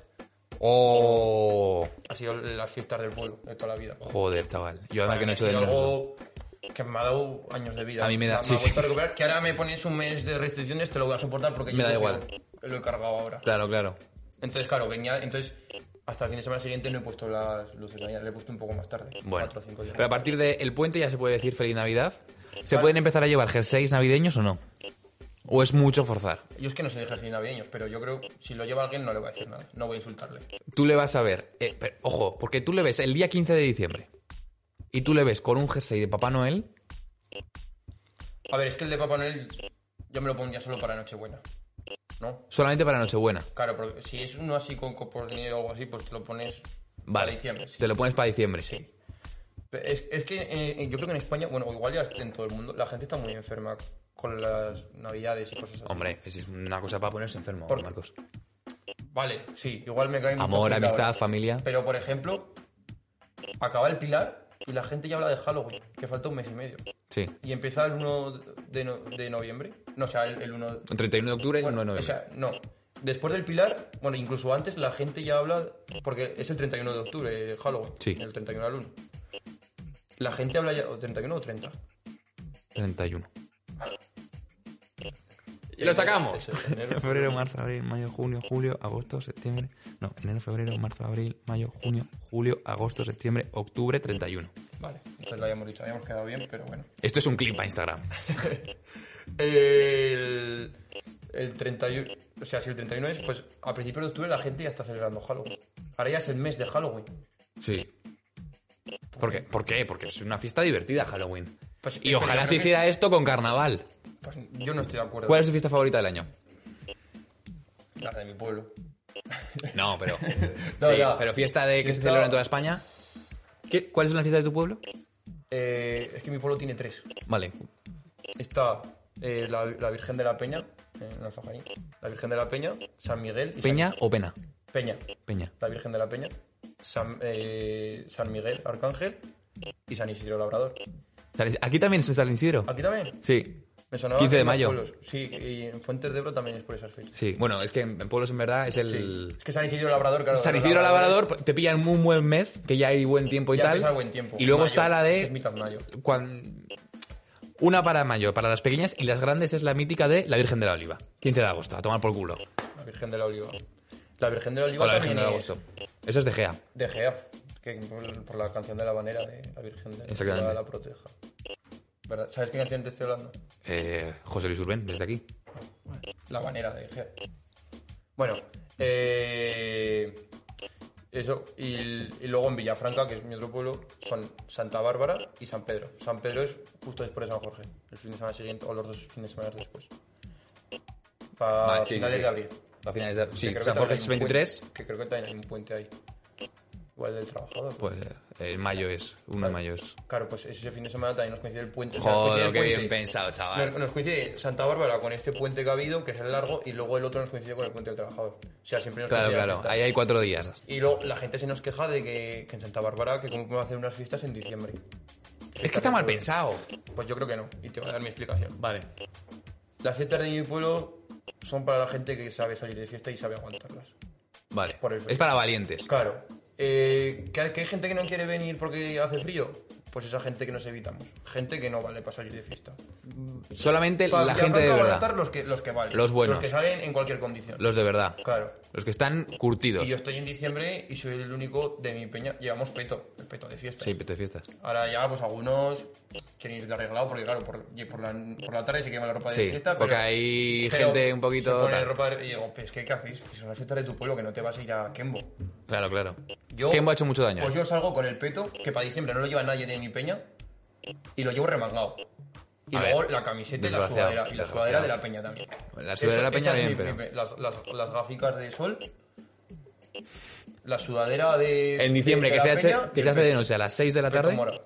A: ¡Oh!
B: ha sido las fiestas del pueblo de toda la vida.
A: Joder, chaval. Yo además
B: Para
A: que no
B: mí
A: he hecho
B: ha
A: de
B: sido
A: menos. eso.
B: algo que me ha dado años de vida.
A: A mí me da-
B: Me,
A: sí,
B: ha
A: sí,
B: vuelto a
A: sí.
B: recuperar que ahora me pones un mes de restricciones, te lo voy a soportar porque
A: Me
B: yo
A: da
B: lo-
A: igual.
B: Lo he cargado ahora.
A: Claro, claro.
B: Entonces, claro, venía. Entonces, hasta el fin de semana siguiente no he puesto las luces de mañana, le he puesto un poco más tarde.
A: Bueno.
B: Cuatro o cinco días.
A: Pero a partir del puente ya se puede decir Feliz Navidad. ¿Se
B: Vale.
A: pueden empezar a llevar jerseys navideños o no? ¿O es mucho forzar?
B: Yo es que no soy de jefes navideños, pero yo creo que si lo lleva alguien no le voy a decir nada. No voy a insultarle.
A: Tú le vas a ver. eh, pe- ojo, porque tú le ves el día 15 de diciembre. Y tú le ves con un jersey de Papá Noel.
B: A ver, es que el de Papá Noel yo me lo pondría solo para Nochebuena. ¿No?
A: Solamente para Nochebuena.
B: Claro, porque si es uno así con copos de nieve o algo así, pues te lo pones para
A: Vale.
B: diciembre. sí.
A: Te lo pones para diciembre.
B: Sí. Es, es que eh, yo creo que en España, bueno, igual ya en todo el mundo, la gente está muy enferma con las navidades y cosas así.
A: Hombre, es una cosa para ponerse enfermo,
B: Por-
A: Marcos.
B: Vale, sí, igual me cae mucha
A: Amor,
B: gente
A: amistad,
B: ahora.
A: familia.
B: Pero, por ejemplo, acaba el Pilar y la gente ya habla de Halloween, que falta un mes y medio.
A: Sí.
B: Y empieza el 1 de, no- de noviembre. No, o sea, el, el 1...
A: El 31 de octubre y el 1 de
B: Bueno, o
A: noviembre.
B: sea, no. Después del Pilar, bueno, incluso antes la gente ya habla, porque es el 31 de octubre, eh, Halloween,
A: Sí.
B: el 31 al 1. La gente habla ya, o 31 o 30.
A: 31. Y lo sacamos.
B: Eso, enero,
A: Febrero, marzo, abril, mayo, junio, julio, agosto, septiembre. No, enero, febrero, marzo, abril, mayo, junio, julio, agosto, septiembre, octubre, 31.
B: Vale, entonces lo habíamos dicho, habíamos quedado bien, pero bueno.
A: Esto es un clip a Instagram.
B: El, el 31, o sea, si el 31 es, pues a principios de octubre la gente ya está celebrando Halloween. Ahora ya es el mes de Halloween.
A: Sí. ¿Por qué? ¿Por qué? Porque es una fiesta divertida Halloween.
B: Pues,
A: y
B: eh,
A: ojalá
B: pero
A: se
B: creo que-
A: hiciera esto con carnaval.
B: Pues yo no estoy de acuerdo.
A: ¿Cuál es su fiesta favorita del año?
B: La de mi pueblo.
A: No, pero.
B: No,
A: sí,
B: ya.
A: pero fiesta de que se
B: Fiesta-
A: celebra en toda España. ¿Qué- ¿Cuál es la fiesta de tu pueblo?
B: Eh, es que mi pueblo tiene tres.
A: Vale.
B: Está eh, la, la Virgen de la Peña, eh, en Alfajarín. La Virgen de la Peña, San Miguel y San-
A: ¿Peña o pena?
B: Peña.
A: Peña.
B: La Virgen de la Peña, San, eh, San Miguel Arcángel y San Isidro Labrador.
A: Sal- Aquí también se San Isidro.
B: ¿Aquí también?
A: Sí.
B: Me sonaba
A: 15 de
B: que en los
A: mayo.
B: pueblos. Sí, y en Fuentes de Ebro también es por esas fechas.
A: Sí. Bueno, es que en en pueblos en verdad es el.
B: Es que San Isidro Labrador, claro.
A: San
B: los
A: Isidro
B: labradores
A: Labrador pues, te pillan un buen mes, que ya hay buen tiempo y
B: ya
A: tal.
B: empieza el buen tiempo.
A: Y luego
B: Mayo,
A: está la
B: que Es
A: de.
B: mitad mayo.
A: cuan- Una para mayo, para las pequeñas, y las grandes es la mítica de la Virgen de la Oliva. 15 de agosto, a tomar por culo.
B: La Virgen de la Oliva. La Virgen de la Oliva
A: O la Virgen
B: también
A: de
B: es
A: agosto. Eso es de Gea.
B: de Gea. Que por, por la canción de la banera de la Virgen de
A: Exactamente.
B: la, la proteja. ¿Verdad? ¿Sabes qué canción te estoy hablando?
A: Eh, José Luis Urbén, desde aquí.
B: La banera de Gea. Bueno, eh, eso. Y, y luego en Villafranca, que es mi otro pueblo, son Santa Bárbara y San Pedro. San Pedro es justo después de San Jorge, el fin de semana siguiente o los dos fines de semana después. Para
A: Vale, sí, sí,
B: finales
A: sí.
B: de abril.
A: A finales de.
B: Que
A: Sí,
B: creo que
A: San Jorge
B: también
A: es 23.
B: hay un puente- que creo que también hay un puente ahí. Igual del trabajador.
A: Pues el mayo es. 1 de mayo es.
B: Claro, pues ese fin de semana también nos coincide el puente. o sea, nos coincide
A: Joder,
B: el
A: qué bien
B: puente.
A: pensado, chaval.
B: Nos, nos coincide Santa Bárbara con este puente que ha habido, que es el largo, y luego el otro nos coincide con el puente del trabajador. O sea, siempre nos
A: Claro,
B: coincide la
A: claro.
B: fiesta.
A: Ahí hay cuatro días.
B: Y luego la gente se nos queja de que, que en Santa Bárbara, que cómo podemos hacer unas fiestas en diciembre.
A: Es que está mal pensado.
B: Pues yo creo que no, y te voy a dar mi explicación.
A: Vale.
B: Las fiestas de mi pueblo son para la gente que sabe salir de fiesta y sabe aguantarlas.
A: Vale.
B: Por el frío.
A: Es para valientes.
B: Claro. Eh, ¿que, hay- que hay gente que no quiere venir porque hace frío? Pues esa gente que nos evitamos. Gente que no vale para salir de fiesta.
A: Solamente
B: Pa-
A: la
B: ya
A: gente de
B: falta
A: verdad.
B: aguantar Los que, los que valen.
A: Los buenos.
B: Los que salen en cualquier condición.
A: Los de verdad.
B: Claro.
A: Los que están curtidos.
B: Y yo estoy en diciembre y soy el único de mi peña. Llevamos peto, el peto de fiesta.
A: Sí, pero de fiestas.
B: Ahora ya, pues algunos quieren ir de arreglado porque, claro, por, y por la, por la tarde se quema la ropa de
A: Sí,
B: fiesta.
A: porque
B: pero-
A: hay
B: pero
A: gente un poquito
B: Se pone
A: tal.
B: ropa de- y digo, pues ¿qué, ¿qué hacéis? Es una fiesta de tu pueblo que no te vas a ir a Kembo.
A: Claro, claro.
B: Yo-
A: Kembo ha hecho mucho daño.
B: Pues
A: eh.
B: yo salgo con el peto, que para diciembre no lo lleva nadie de mi peña, y lo llevo remangado. Y
A: A
B: luego
A: ver,
B: la camiseta y la
A: desgraciado,
B: sudadera. Y la sudadera
A: desgraciado.
B: de la peña también.
A: La sudadera de la peña
B: esas
A: bien,
B: mi-
A: pero-
B: mi- Las, las, las gráficas de sol. La sudadera de.
A: En diciembre,
B: de-
A: que,
B: de
A: se,
B: la
A: hace,
B: peña,
A: que
B: y
A: se hace
B: el
A: de
B: pe-
A: noche a las 6 de la
B: peto
A: tarde.
B: morado.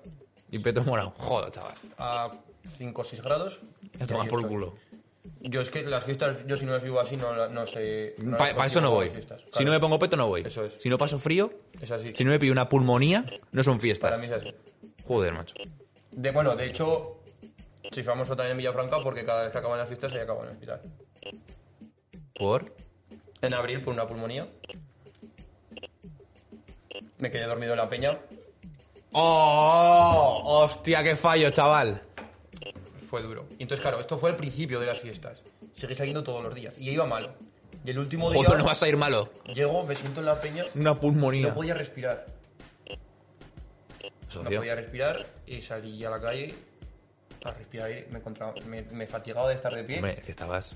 A: Y Peto morado. Joder, chaval.
B: A 5 o 6 grados.
A: A
B: y
A: tomar
B: ahí
A: por
B: estoy.
A: culo.
B: Yo es que las fiestas, yo si no las vivo así, no, la- no sé.
A: Para eso no voy. Si no me pongo peto, no voy.
B: Eso es.
A: Si no paso frío,
B: Es así.
A: si no me pillo una pulmonía, no son fiestas.
B: Para mí es así.
A: Joder, macho.
B: De, bueno, de hecho, soy famoso también en Villafranca porque cada vez que acaban las fiestas, se acaba en el hospital.
A: Por.
B: En abril, por una pulmonía. Me quedé dormido en la peña.
A: ¡Oh! ¡Hostia, qué fallo, chaval!
B: Fue duro. Y entonces, claro, esto fue al principio de las fiestas. Seguí saliendo todos los días. Y iba malo. Y el último día,
A: Joder, no vas a ir malo.
B: llego, me siento en la peña.
A: Una pulmonía.
B: No podía respirar. No
A: Socio.
B: podía respirar. Y salí a la calle a respirar aire. Me, encontraba, me, me fatigaba de estar de pie.
A: Hombre, es que estabas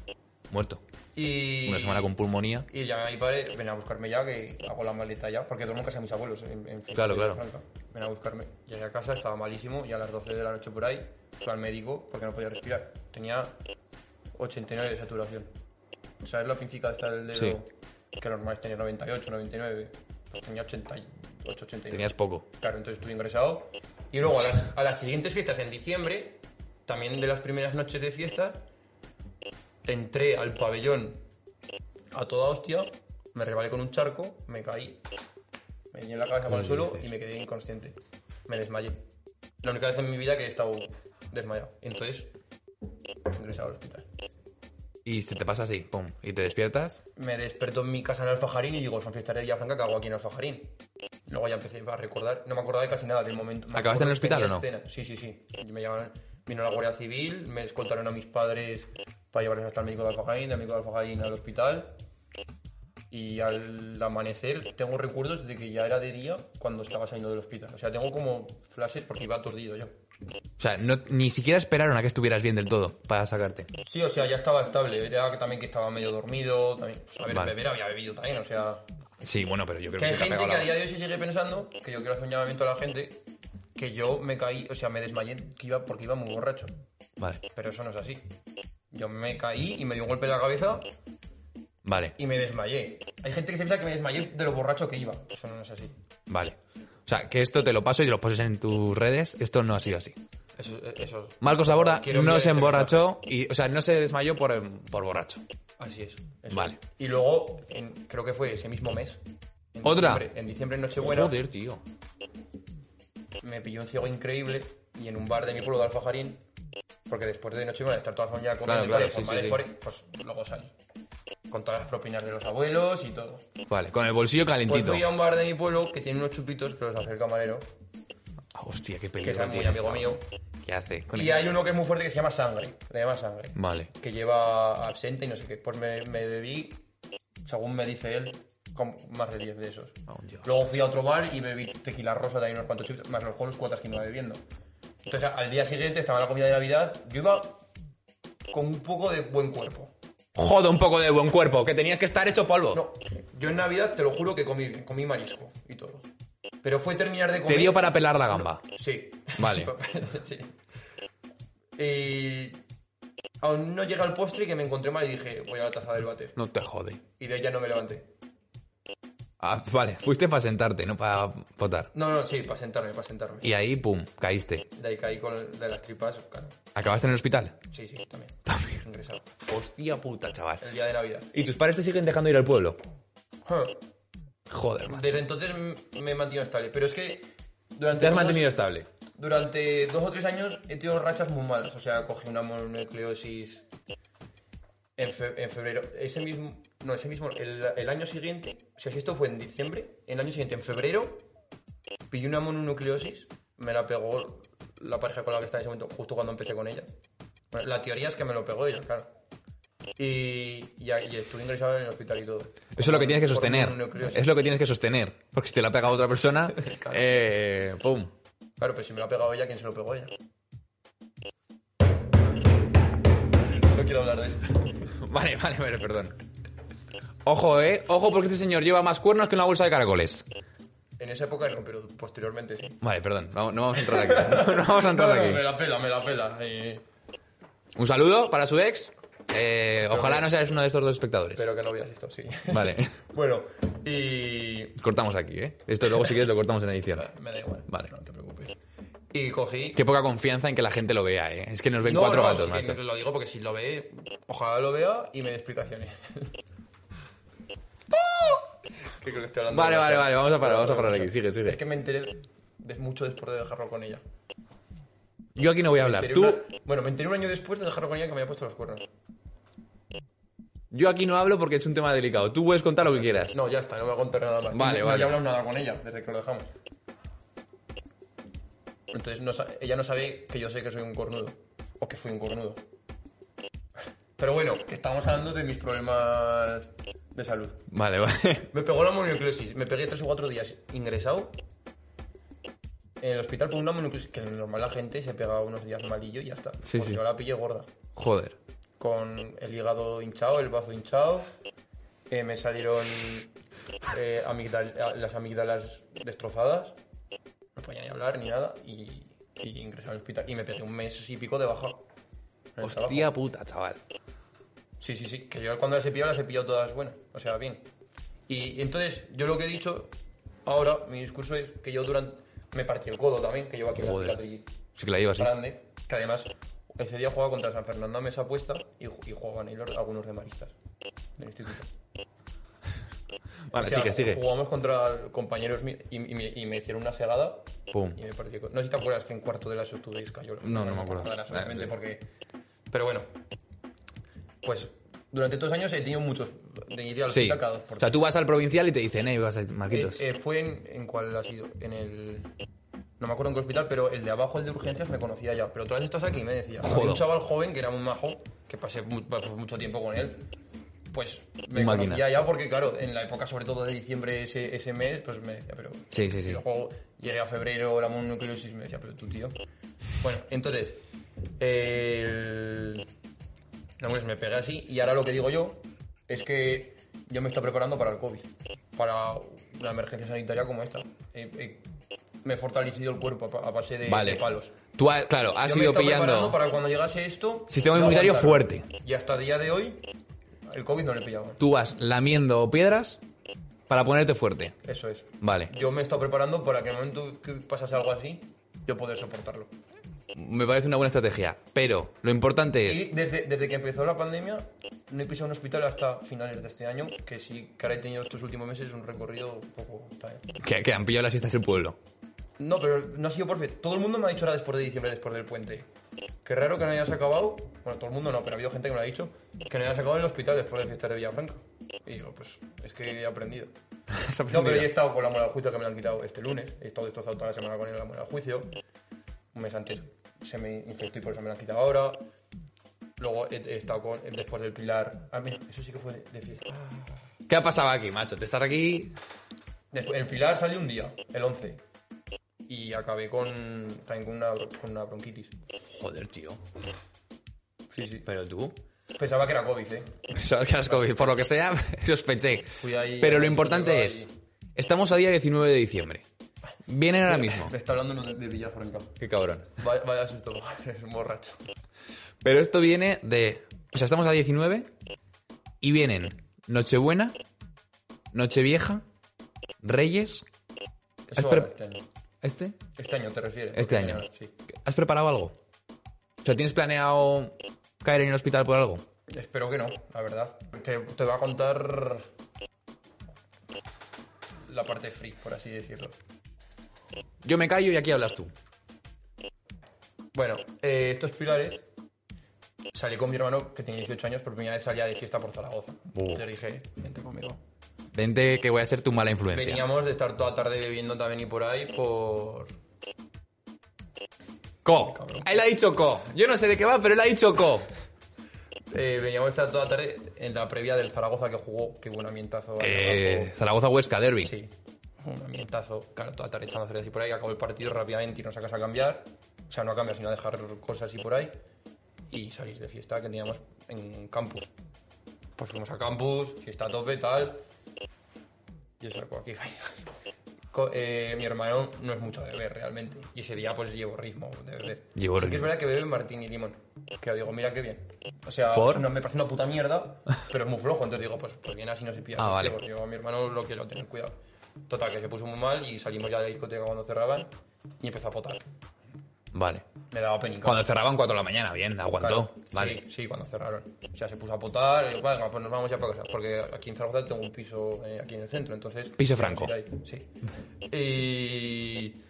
A: muerto.
B: Y...
A: Una semana con pulmonía.
B: Y llamé a mi padre, ven a buscarme ya, que hago la maleta ya, porque duermo en casa de mis abuelos. En, en
A: Claro, claro.
B: Franca. Ven a buscarme. Llegué a casa, estaba malísimo, y a las 12 de la noche por ahí fui al médico porque no podía respirar. Tenía 89 de saturación. ¿Sabes la pincica de estar del dedo?
A: Sí.
B: Que normal es tener 98, 99. Pues tenía 88, 89.
A: Tenías poco.
B: Claro, entonces estuve ingresado. Y luego a las, a las siguientes fiestas en diciembre, también de las primeras noches de fiesta, entré al pabellón a toda hostia, me rebalé con un charco, me caí, me di en la cabeza con el suelo y me quedé inconsciente. Me desmayé. La única vez en mi vida que he estado desmayado. Entonces, ingresado al hospital.
A: Y se te pasa así, pum. Y te despiertas.
B: me desperto en mi casa en Alfajarín y digo, son fiestas de Villafranca que hago aquí en Alfajarín. Luego ya empecé a recordar, no me acordaba de casi nada del momento. Me
A: ¿Acabaste en el
B: acuerdo
A: hospital
B: que
A: o
B: tenía escena. Sí, sí, sí. Y Me llamaron, vino la Guardia Civil, me escoltaron a mis padres para llevarles hasta el médico de Alfajarín, del médico de Alfajarín al hospital. Y al amanecer tengo recuerdos de que ya era de día cuando estaba saliendo del hospital. O sea, tengo como flashes porque iba aturdido yo.
A: O sea, no- ni siquiera esperaron a que estuvieras bien del todo para sacarte.
B: Sí, o sea, ya estaba estable. Era que también que estaba medio dormido. También, pues, a ver,
A: Vale.
B: beber había bebido también, o sea...
A: Sí, bueno, pero yo creo
B: Que
A: que,
B: hay
A: se te ha
B: gente
A: pegado
B: que
A: la-
B: a día de hoy se sigue pensando que yo quiero hacer un llamamiento a la gente que yo me caí, o sea, me desmayé que iba porque iba muy borracho.
A: Vale,
B: Pero eso no es así. Yo me caí y me dio un golpe en la cabeza
A: vale,
B: y me desmayé. Hay gente que se piensa que me desmayé de lo borracho que iba. Eso no es así.
A: vale. O sea, que esto te lo paso y lo poses en tus redes. Esto no ha sido así.
B: Eso, eso
A: Marcos Laborda
B: Quiero
A: no
B: enviar
A: se
B: este
A: emborrachó y, o sea, no se desmayó por, por borracho.
B: Así es. eso
A: Vale.
B: es. Y luego, en- creo que fue ese mismo mes. en
A: ¿Otra?
B: diciembre- en diciembre, en Nochebuena,
A: Joder, tío.
B: me pilló un ciego increíble y en un bar de mi pueblo de Alfajarín, porque después de noche iban a estar toda la familia comiendo
A: Claro, claro,
B: y parejo,
A: sí, sí,
B: ¿vale?
A: sí.
B: Por- pues luego salí. Con todas las propinas de los abuelos y todo.
A: Vale, con el bolsillo
B: Pues
A: calentito.
B: fui a un bar de mi pueblo que tiene unos chupitos que los hace el camarero,
A: Ah, hostia, qué
B: que es
A: peligro,
B: muy
A: tío.
B: amigo mío.
A: ¿Qué hace? con
B: Y
A: el-
B: hay uno que es muy fuerte que se llama Sangre, le llama Sangre,
A: Vale.
B: que lleva absente y no sé qué. Pues me, me bebí, según me dice él, con más de 10 de esos.
A: Ah, un dios.
B: Luego fui a otro bar y bebí tequila rosa también unos cuantos chips, más los juegos cuotas que me iba bebiendo. Entonces al día siguiente estaba la comida de Navidad, yo iba con un poco de buen cuerpo.
A: Joda un poco de buen cuerpo, que tenías que estar hecho polvo.
B: No, yo en Navidad te lo juro que comí bien, comí marisco y todo. Pero fue terminar de comer.
A: Te dio para pelar la gamba.
B: Sí.
A: Vale.
B: sí. Y aún no llegué al postre que me encontré mal y dije, voy a la taza del váter.
A: No te jode.
B: Y de ella no me levanté.
A: Ah, vale, fuiste para sentarte, no para votar.
B: No, no, sí, para sentarme, para sentarme.
A: Y ahí, pum, caíste.
B: De ahí caí con de las tripas, claro.
A: ¿Acabaste en el hospital?
B: Sí, sí, también.
A: También.
B: Ingresado.
A: Hostia puta, chaval.
B: El día de Navidad.
A: ¿Y tus padres te siguen dejando ir al pueblo?
B: Huh.
A: Joder, man.
B: Desde entonces m- me he mantenido estable. Pero es que durante,
A: Te has
B: todos-
A: mantenido estable.
B: durante dos o tres años he tenido rachas muy malas. O sea, cogí una mononucleosis en, fe- en febrero. Ese mismo. No, ese mismo. El, el año siguiente. O sea, si esto fue en diciembre, el año siguiente, en febrero, pillé una mononucleosis. Me la pegó la pareja con la que estaba en ese momento, justo cuando empecé con ella. Bueno, la teoría es que me lo pegó ella, claro. Y, y, y estuve ingresado en el hospital y todo.
A: Eso es lo que tienes que
B: Por
A: sostener.
B: mononucleosis.
A: Es lo que tienes que sostener. Porque si te la ha pegado otra persona, eh, pum.
B: Claro, pero si me lo ha pegado ella, ¿quién se lo pegó ella? No quiero hablar de esto.
A: Vale, vale, vale, perdón. Ojo, eh. Ojo, porque este señor lleva más cuernos que una bolsa de caracoles.
B: En esa época no, pero posteriormente sí.
A: Vale, perdón. No, no vamos a entrar aquí. No, no vamos a
B: No,
A: entrar
B: no, me
A: aquí.
B: la pela, me la pela. eh.
A: Un saludo para su ex. Eh, ojalá no seas uno de estos dos espectadores.
B: Espero que no veas esto, sí.
A: Vale.
B: bueno, y.
A: Cortamos aquí, ¿eh? Esto luego si quieres lo cortamos en edición.
B: Me da igual.
A: Vale.
B: No te preocupes. Y cogí.
A: Qué poca confianza en que la gente lo vea, ¿eh? Es que nos ven
B: No,
A: cuatro
B: no,
A: gatos,
B: sí que
A: macho.
B: Lo digo porque si lo ve, ojalá lo vea y me dé explicaciones. Que creo que estoy hablando
A: Vale, vale,
B: demasiado.
A: vale, vamos a parar, vamos a parar aquí. Sigue,
B: Es
A: sigue.
B: que me enteré de- mucho después de dejarlo con ella.
A: Yo aquí no voy a
B: Me
A: hablar.
B: enteré
A: Tú,
B: una- bueno, me enteré un año después de dejarlo con ella que me había puesto los cuernos.
A: yo aquí no hablo porque es un tema delicado. Tú puedes contar lo que quieras.
B: No, ya está, no voy a contar nada más.
A: Vale, vale.
B: no, No he hablado nada con ella desde que lo dejamos. Entonces no sa- ella no sabe que yo sé que soy un cornudo. O que fui un cornudo. Pero bueno, que estamos hablando de mis problemas de salud.
A: Vale, vale.
B: Me pegó la mononucleosis. Me pegué tres o cuatro días ingresado en el hospital con una mononucleosis. Que normal la gente se pega unos días malillo y ya está.
A: Sí,
B: Pues
A: sí.
B: yo la pillé gorda
A: Joder.
B: con el hígado hinchado, el bazo hinchado. eh, me salieron eh, amigdal- a- las amígdalas destrozadas. No podía ni hablar ni nada. Y, y ingresé al hospital. Y me pegué un mes y pico de baja. en el
A: Hostia
B: trabajo.
A: puta, chaval.
B: Sí, sí, sí. Que yo cuando las he pillado, las he pillado todas buenas. O sea, bien. Y entonces, yo lo que he dicho ahora, mi discurso es que yo durante. Me partí el codo también, que llevo aquí una
A: Joder.
B: cicatriz
A: Pues Sí que la llevas así.
B: grande, que además ese día jugaba contra San Fernando a mesa puesta y, ju- y jugaban ahí los- algunos de maristas del instituto.
A: Vale,
B: O sea,
A: sigue, sigue.
B: Jugamos contra compañeros míos y, y me, y me hicieron una segada
A: Pum.
B: y me pareció... co- No sé si te acuerdas que en cuarto de la SO tuve escayola.
A: No, no me acuerdo.
B: Ahora solamente
A: Eh,
B: porque... Pero bueno, pues durante estos años he tenido muchos de ir al
A: Sí.
B: hospital cada dos por
A: O sea, tú vas al provincial y te dicen, eh, vas a Marquitos.
B: Eh, eh, fue en, en cuál ha sido, en el... No me acuerdo en qué hospital, pero el de abajo, el de urgencias, me conocía ya. Pero otra vez estás aquí, y me decía. Había
A: Joder.
B: un chaval joven que era un majo, que pasé mu- pues, mucho tiempo con él. Pues me
A: Un máquina.
B: conocía ya porque, claro, en la época, sobre todo de diciembre, ese, ese mes, pues me decía, pero...
A: Sí, sí, sí.
B: y luego llegué a febrero, la mononucleosis, y me decía, pero tú, tío... Bueno, entonces... el- no, pues me pegué así y ahora lo que digo yo es que yo me estoy preparando para el COVID, para una emergencia sanitaria como esta. Eh, eh, me he fortalecido el cuerpo a pa- a base de,
A: Vale.
B: de eh, palos.
A: Tú, has- claro, has
B: Yo me
A: ido
B: estaba preparando
A: pillando.
B: Para cuando llegase esto...
A: Sistema
B: yo
A: inmunitario
B: aguantarlo.
A: fuerte.
B: Y hasta el día de hoy, el COVID no le pillaba.
A: Tú vas lamiendo piedras para ponerte fuerte.
B: Eso es.
A: Vale.
B: Yo me he estado preparando para que en el momento que pasase algo así, yo poder soportarlo.
A: Me parece una buena estrategia. Pero lo importante
B: Y
A: es.
B: desde, desde que empezó la pandemia, no he pisado un hospital hasta finales de este año, que sí, que ahora he tenido estos últimos meses un recorrido un poco... tal.
A: Que, que han pillado las fiestas del pueblo.
B: No, pero no ha sido por fe. Todo el mundo me ha dicho ahora después de diciembre, después del puente. Qué raro que no hayas acabado. Bueno, todo el mundo no, pero ha habido gente que me lo ha dicho. Que no hayas acabado en el hospital después de fiestas de Villafranca. Y digo, pues es que he aprendido.
A: Has
B: No, pero
A: aprendido.
B: yo he estado con la moral al juicio que me la han quitado este lunes. He estado destrozado toda la semana con la moral al juicio. Un mes antes se me infectó y por eso me la han quitado ahora. Luego he, he estado con, después del pilar. Ah, mira, eso sí que fue de, de fiesta. Ah.
A: ¿Qué ha pasado aquí, macho? Te estás aquí.
B: Después, el Pilar salió un día, el 11. Y acabé con, también con una, con una bronquitis.
A: Joder, tío.
B: Sí, sí.
A: Pero tú.
B: Pensaba que era COVID, ¿eh?
A: Pensaba que eras COVID. Por lo que sea, sospeché.
B: Fui ahí-
A: Pero lo importante
B: ahí.
A: es. Estamos a día 19 de diciembre. Vienen ahora mismo.
B: Me está hablando uno de, de Villafranca.
A: Qué cabrón.
B: Vaya, vaya susto, es un borracho.
A: Pero esto viene de. O sea, estamos a 19 y vienen Nochebuena, Nochevieja, Reyes.
B: Eso
A: Espera.
B: ahora, este año.
A: ¿Este?
B: Este año te refieres.
A: Este
B: Porque
A: año.
B: ya- Sí.
A: ¿Has preparado algo? O sea, ¿tienes planeado caer en el hospital por algo?
B: Espero que no, la verdad. Te, te voy a contar la parte free, por así decirlo.
A: Yo me callo y aquí hablas tú.
B: Bueno, eh, estos pilares salí con mi hermano que tenía 18 años, por primera vez salía de fiesta por Zaragoza.
A: Oh.
B: Entonces dije, vente conmigo.
A: Vente que voy a ser tu mala influencia.
B: Veníamos de estar toda tarde bebiendo también y por ahí por...
A: Co. Él ha dicho co. Yo no sé de qué va, pero él ha dicho co.
B: Eh, veníamos de estar toda tarde en la previa del Zaragoza que jugó, que hubo un ambientazo. ahí abajo.
A: Eh, Zaragoza Huesca, Derby.
B: Sí, un ambientazo. Claro, toda tarde echando cerveza y por ahí. Acabó el partido rápidamente y nos sacas a cambiar. O sea, no a cambiar, sino a dejar cosas y por ahí. Y salís de fiesta que teníamos en campus. Pues fuimos a campus, fiesta a tope, tal. Yo saco aquí. co- eh, mi hermano no es mucho de beber realmente. Y ese día pues llevo ritmo de beber.
A: Llevo
B: Sí que es
A: ritmo.
B: verdad que bebe martín y limón. Que digo, mira qué bien. O sea,
A: ¿Por?
B: no me parece una puta mierda, pero es muy flojo. Entonces digo, pues, pues bien así no se pilla.
A: Ah, vale.
B: Porque Yo a mi hermano lo quiero tener cuidado. Total, que se puso muy mal y salimos ya de la discoteca cuando cerraban y empezó a potar.
A: Vale.
B: Me daba penica.
A: Cuando cerraban 4 de la mañana, bien, aguantó.
B: Claro,
A: Vale.
B: Sí, sí, cuando cerraron. O sea, se puso a potar, y, bueno, pues nos vamos ya para casa. Porque aquí en Zaragoza tengo un piso eh, aquí en el centro, entonces...
A: Piso franco.
B: Sí. sí. Y,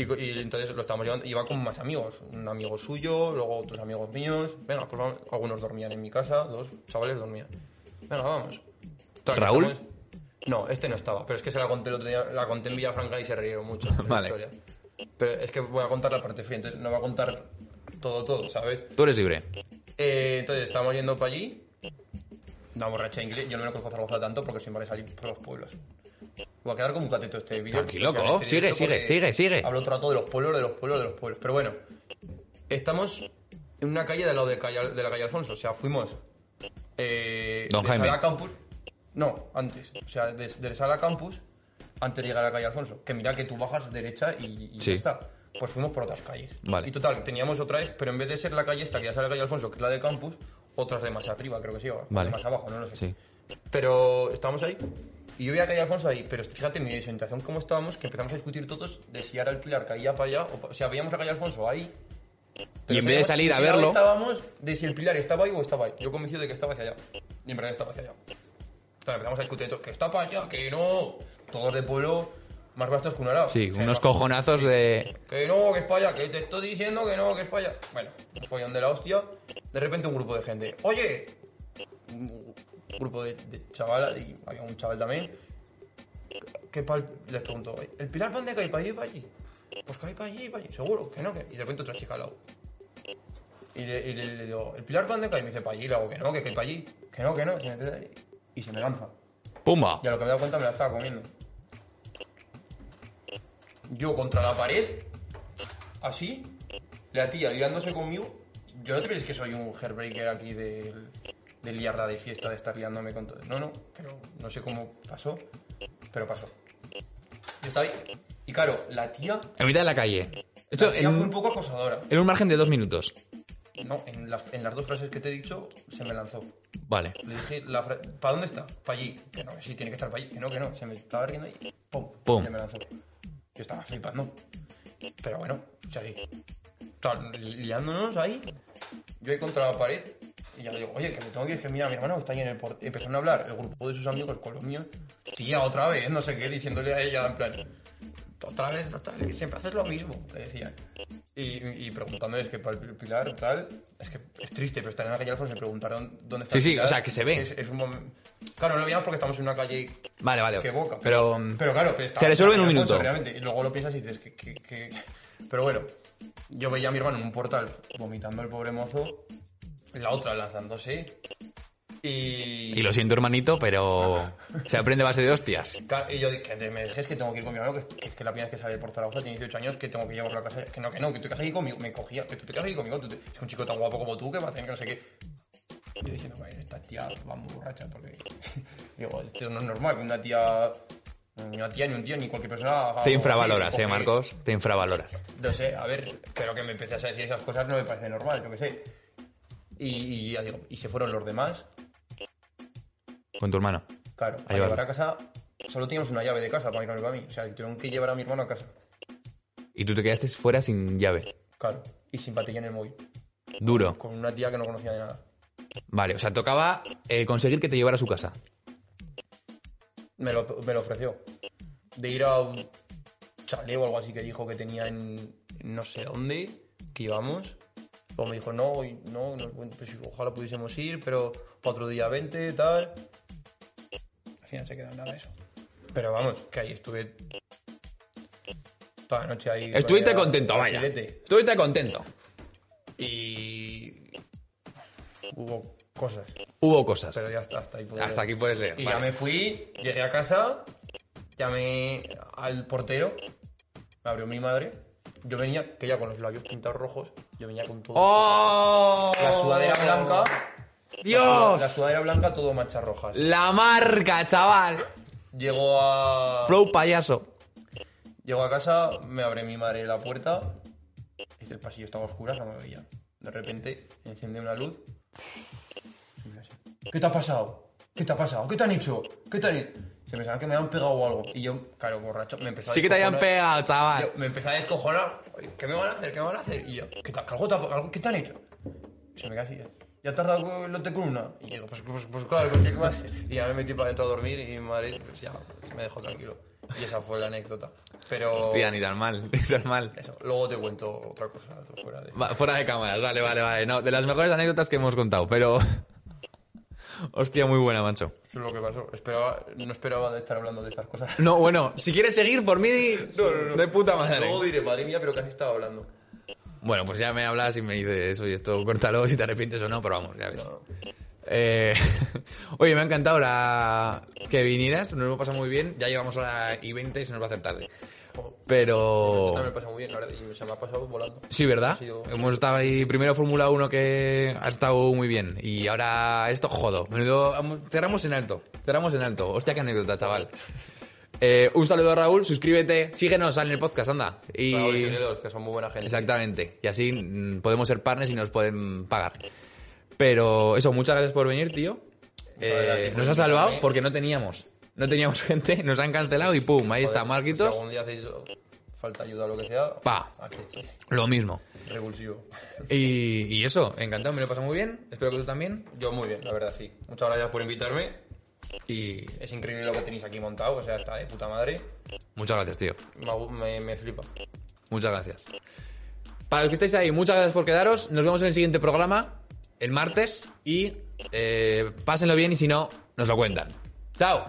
B: y, co- y entonces lo estábamos llevando, iba con más amigos. Un amigo suyo, luego otros amigos míos. Venga, pues vamos. Algunos dormían en mi casa, dos chavales dormían. Venga, vamos. Total, que
A: ¿Raúl?
B: estamos- No, este no estaba, pero es que se la conté el otro día, la conté en Villafranca y se rieron mucho. de la
A: Vale.
B: historia. Pero es que voy a contar la parte fría, entonces no voy a contar todo, todo, ¿sabes?
A: Tú eres libre.
B: Eh, entonces, estamos yendo para allí. Una borracha inglés. Yo no me lo conozco a Zaragoza tanto porque siempre salí por los pueblos. Voy a quedar como un cateto este vídeo.
A: Tranquilo,
B: sea,
A: co.
B: este
A: Sigue,
B: directo,
A: sigue,
B: porque
A: sigue, sigue.
B: Hablo todo el rato de los pueblos, de los pueblos, de los pueblos. Pero bueno, estamos en una calle del lado de, calle- de la calle Alfonso. O sea, fuimos eh,
A: Don
B: de
A: Jaime.
B: Sala Campus. No, antes. O sea, desde Sala Campus antes de llegar a la calle Alfonso. Que mira que tú bajas derecha y, y
A: Sí.
B: ya está. Pues fuimos por otras calles.
A: Vale.
B: Y total, teníamos otra vez, pero en vez de ser la calle esta que ya sale la calle Alfonso, que es la de campus, otras de más arriba, creo que sí, o
A: Vale.
B: de más abajo, no lo sé.
A: Sí.
B: Pero estábamos ahí. Y yo vi a calle Alfonso ahí, pero fíjate, mi desorientación cómo estábamos, que empezamos a discutir todos de si ahora el pilar caía para allá, o, pa- o sea, veíamos a calle Alfonso ahí. pero
A: en vez de
B: sabíamos-
A: salir a
B: ni siquiera
A: verlo-
B: Estábamos de si el pilar estaba ahí o estaba ahí. Yo convencido de que estaba hacia allá. Y en verdad estaba hacia allá. Entonces empezamos a discutir todo, que está para allá, que no. Todos de pueblo más vastos que un arao.
A: Sí,
B: O sea,
A: unos
B: era-
A: cojonazos de.
B: que no, que es para allá, que te estoy diciendo que no, que es para allá. Bueno, follón de la hostia. De repente un grupo de gente. Oye, un grupo de, de chavalas, y había un chaval también. Que pa'l- les preguntó, ¿el pilar pan de cae para allí, para allí? Pues cae para allí, para allí, seguro, que no, que. Y de repente otra chica al lado. Y le, y le- le digo, ¿el pilar pan de cae? Y me dice, para allí, le hago que no, que cae para allí. Que no, que no. se me- Y se me lanza.
A: ¡Pumba!
B: Y a lo que me he dado cuenta me la estaba comiendo. Yo contra la pared, así, la tía liándose conmigo. Yo no te pienses que soy un hairbreaker aquí del- de, liarla de fiesta, de estar liándome con todo. No, no, pero no sé cómo pasó, pero pasó. Yo estaba ahí. Y claro, la tía,
A: En mitad de la calle.
B: la
A: Esto
B: tía fue un
A: en,
B: poco acosadora.
A: en un margen de dos minutos.
B: No, en las, en las dos frases que te he dicho se me lanzó.
A: Vale.
B: Le dije, la fra- ¿para dónde está? Para allí. Que no, que sí, tiene que estar para allí. Que no, que no. Se me estaba riendo y ¡pum!
A: Pum.
B: Se me lanzó. Yo estaba flipando. Pero bueno, seguí. Tal, Liándonos ahí. Yo ahí contra la pared. Y ya le digo, oye, que me tengo que ir. Que mira, mi hermano está ahí en el porte. Empezaron a hablar el grupo de sus amigos con los míos. Tía, otra vez, no sé qué, diciéndole a ella en plan... Otra vez, otra vez, siempre haces lo mismo, le decían. Y, y preguntándoles que para el Pilar, tal, es que es triste, pero están en la calle Alfonso y preguntaron dónde está
A: Sí,
B: el
A: sí,
B: Pilar.
A: o sea, que se ve.
B: Es- es un momen- Claro, no lo veíamos porque estamos en una calle
A: Vale, vale.
B: que boca. pues.
A: Pero. mm,
B: pero claro, pero está-
A: se resuelve en un
B: Alfonso,
A: minuto.
B: Realmente. Y luego lo piensas y dices que, que- que- Pero bueno, yo veía a mi hermano en un portal vomitando el pobre mozo, la otra lanzándose. Y.
A: Y lo siento, hermanito, pero. Se aprende a base de hostias.
B: Ca- y yo dije, que me dejes que tengo que ir con mi hermano, que, que, que la primera vez que sale por Zaragoza tiene 18 años, que tengo que llevarlo a casa. Que no, que no, que tú te quedas aquí conmigo. Me cogía, que tú te quedas aquí conmigo. Tú te- es un chico tan guapo como tú, que va a tener que no sé qué. Y yo diciendo, "Vale, esta tía va muy borracha, porque. Digo, esto no es normal que una tía. Ni una tía, ni un tío, ni cualquier persona. haga
A: Te
B: algo así,
A: infravaloras,
B: porque-
A: eh, Marcos. Te infravaloras.
B: no sé, a ver, pero que me empezás a decir esas cosas no me parece normal, yo qué sé. Y, y ya digo, y se fueron los demás,
A: Con tu hermano.
B: claro, a
A: A llevarlo.
B: llevar a casa, solo teníamos una llave de casa para mi hermano y para mí, o sea, tuvieron que llevar a mi hermano a casa,
A: Y tú te quedaste fuera sin llave.
B: claro, y sin batería en el móvil,
A: Duro.
B: con una tía que no conocía de nada.
A: Vale, o sea, tocaba eh, conseguir que te llevara a su casa.
B: Me lo, me lo ofreció, de ir a un chaleo o algo así que dijo que tenía en no sé dónde, que íbamos. Luego me dijo, no, hoy no, no, bueno, pues ojalá pudiésemos ir, pero para otro día vente, tal. Al final se quedó en nada de eso. Pero vamos, que ahí estuve toda la noche ahí.
A: Estuviste
B: vaya,
A: contento, vaya.
B: filete.
A: Estuviste contento.
B: Y hubo cosas,
A: Hubo cosas.
B: pero ya hasta, hasta ahí puedo
A: Hasta aquí puedes leer.
B: Y ya
A: vale.
B: me fui, llegué a casa, llamé al portero, me abrió mi madre. Yo venía, que ya con los labios pintados rojos, yo venía con todo.
A: ¡Oh!
B: La sudadera blanca,
A: ¡Dios!
B: la sudadera blanca, todo manchas rojas.
A: La marca, chaval.
B: Llegó a.
A: Flow payaso.
B: Llego a casa, me abre mi madre la puerta. y El pasillo estaba oscuro, no me veía. De repente enciende una luz. y me hace, ¿Qué te ha pasado? ¿Qué te ha pasado? ¿Qué te han hecho? ¿Qué te han hecho? Se pensaba que me habían pegado o algo. Y yo, claro, borracho, me empezó a
A: Sí que te hayan
B: descojonar.
A: pegado, chaval.
B: Yo me empecé a descojonar. Oye, ¿Qué me van a hacer? ¿Qué me van a hacer? Y yo, ¿qué, te- que algo te ha- algo- qué te han hecho? Y se me queda así. ¿Ya te has dado cu- lote con una? Y digo, pues, pues, pues claro, pues, ¿qué más? Y ya me metí para adentro a dormir y mi madre pues, ya pues, me dejó tranquilo. Y esa fue la anécdota. Pero
A: Hostia, ni tan mal, ni tan mal.
B: eso, luego te cuento otra cosa fuera de...
A: Va, fuera de cámaras, vale, vale, vale. No, de las mejores anécdotas que hemos contado, pero. Hostia, muy buena, macho.
B: Eso es lo que pasó. Esperaba, no esperaba de estar hablando de estas cosas.
A: No, bueno, si quieres seguir, por mí. De puta madre.
B: Luego diré, madre mía, pero casi estaba hablando.
A: Bueno, pues ya me hablas y me dices, oye, esto córtalo si te arrepientes o no, pero vamos, ya ves.
B: No.
A: Eh, oye, me ha encantado la que vinieras, nos lo hemos pasado muy bien. Ya llevamos hora y 20 y se nos va a hacer tarde. Pero.
B: Me lo he pasado muy bien, la verdad, y se me ha pasado volando.
A: Sí, ¿verdad?
B: Ha sido-
A: Hemos estado ahí primero Fórmula 1 que ha estado muy bien. Y ahora esto jodo. Menudo- cerramos en alto. Cerramos en alto. Hostia, qué anécdota, chaval. Eh, un saludo a Raúl, suscríbete, síguenos en el podcast, anda. Y...
B: Raúl y Sirelos, que son muy buena gente.
A: Exactamente. Y así mm, podemos ser partners y nos pueden pagar. Pero eso, muchas gracias por venir, tío.
B: Joder, a ti
A: Eh,
B: por
A: nos ha
B: invitarme.
A: salvado porque no teníamos. No teníamos gente, nos han cancelado y pum, ahí está,
B: Joder,
A: Marquitos.
B: Si algún día hacéis oh, falta ayuda o lo que sea,
A: Pa.
B: aquí estoy.
A: Lo mismo.
B: Revulsivo.
A: Y, y eso, encantado, me lo he pasado muy bien. Espero que tú también.
B: Yo muy bien, la verdad, sí. Muchas gracias por invitarme.
A: Y
B: Es increíble lo que tenéis aquí montado, o sea, está de puta madre.
A: muchas gracias, tío.
B: Me, agu- me- me flipa.
A: Muchas gracias. Para los que estáis ahí, muchas gracias por quedaros. Nos vemos en el siguiente programa, el martes. Y eh, pásenlo bien y si no, nos lo cuentan. ¡Chao!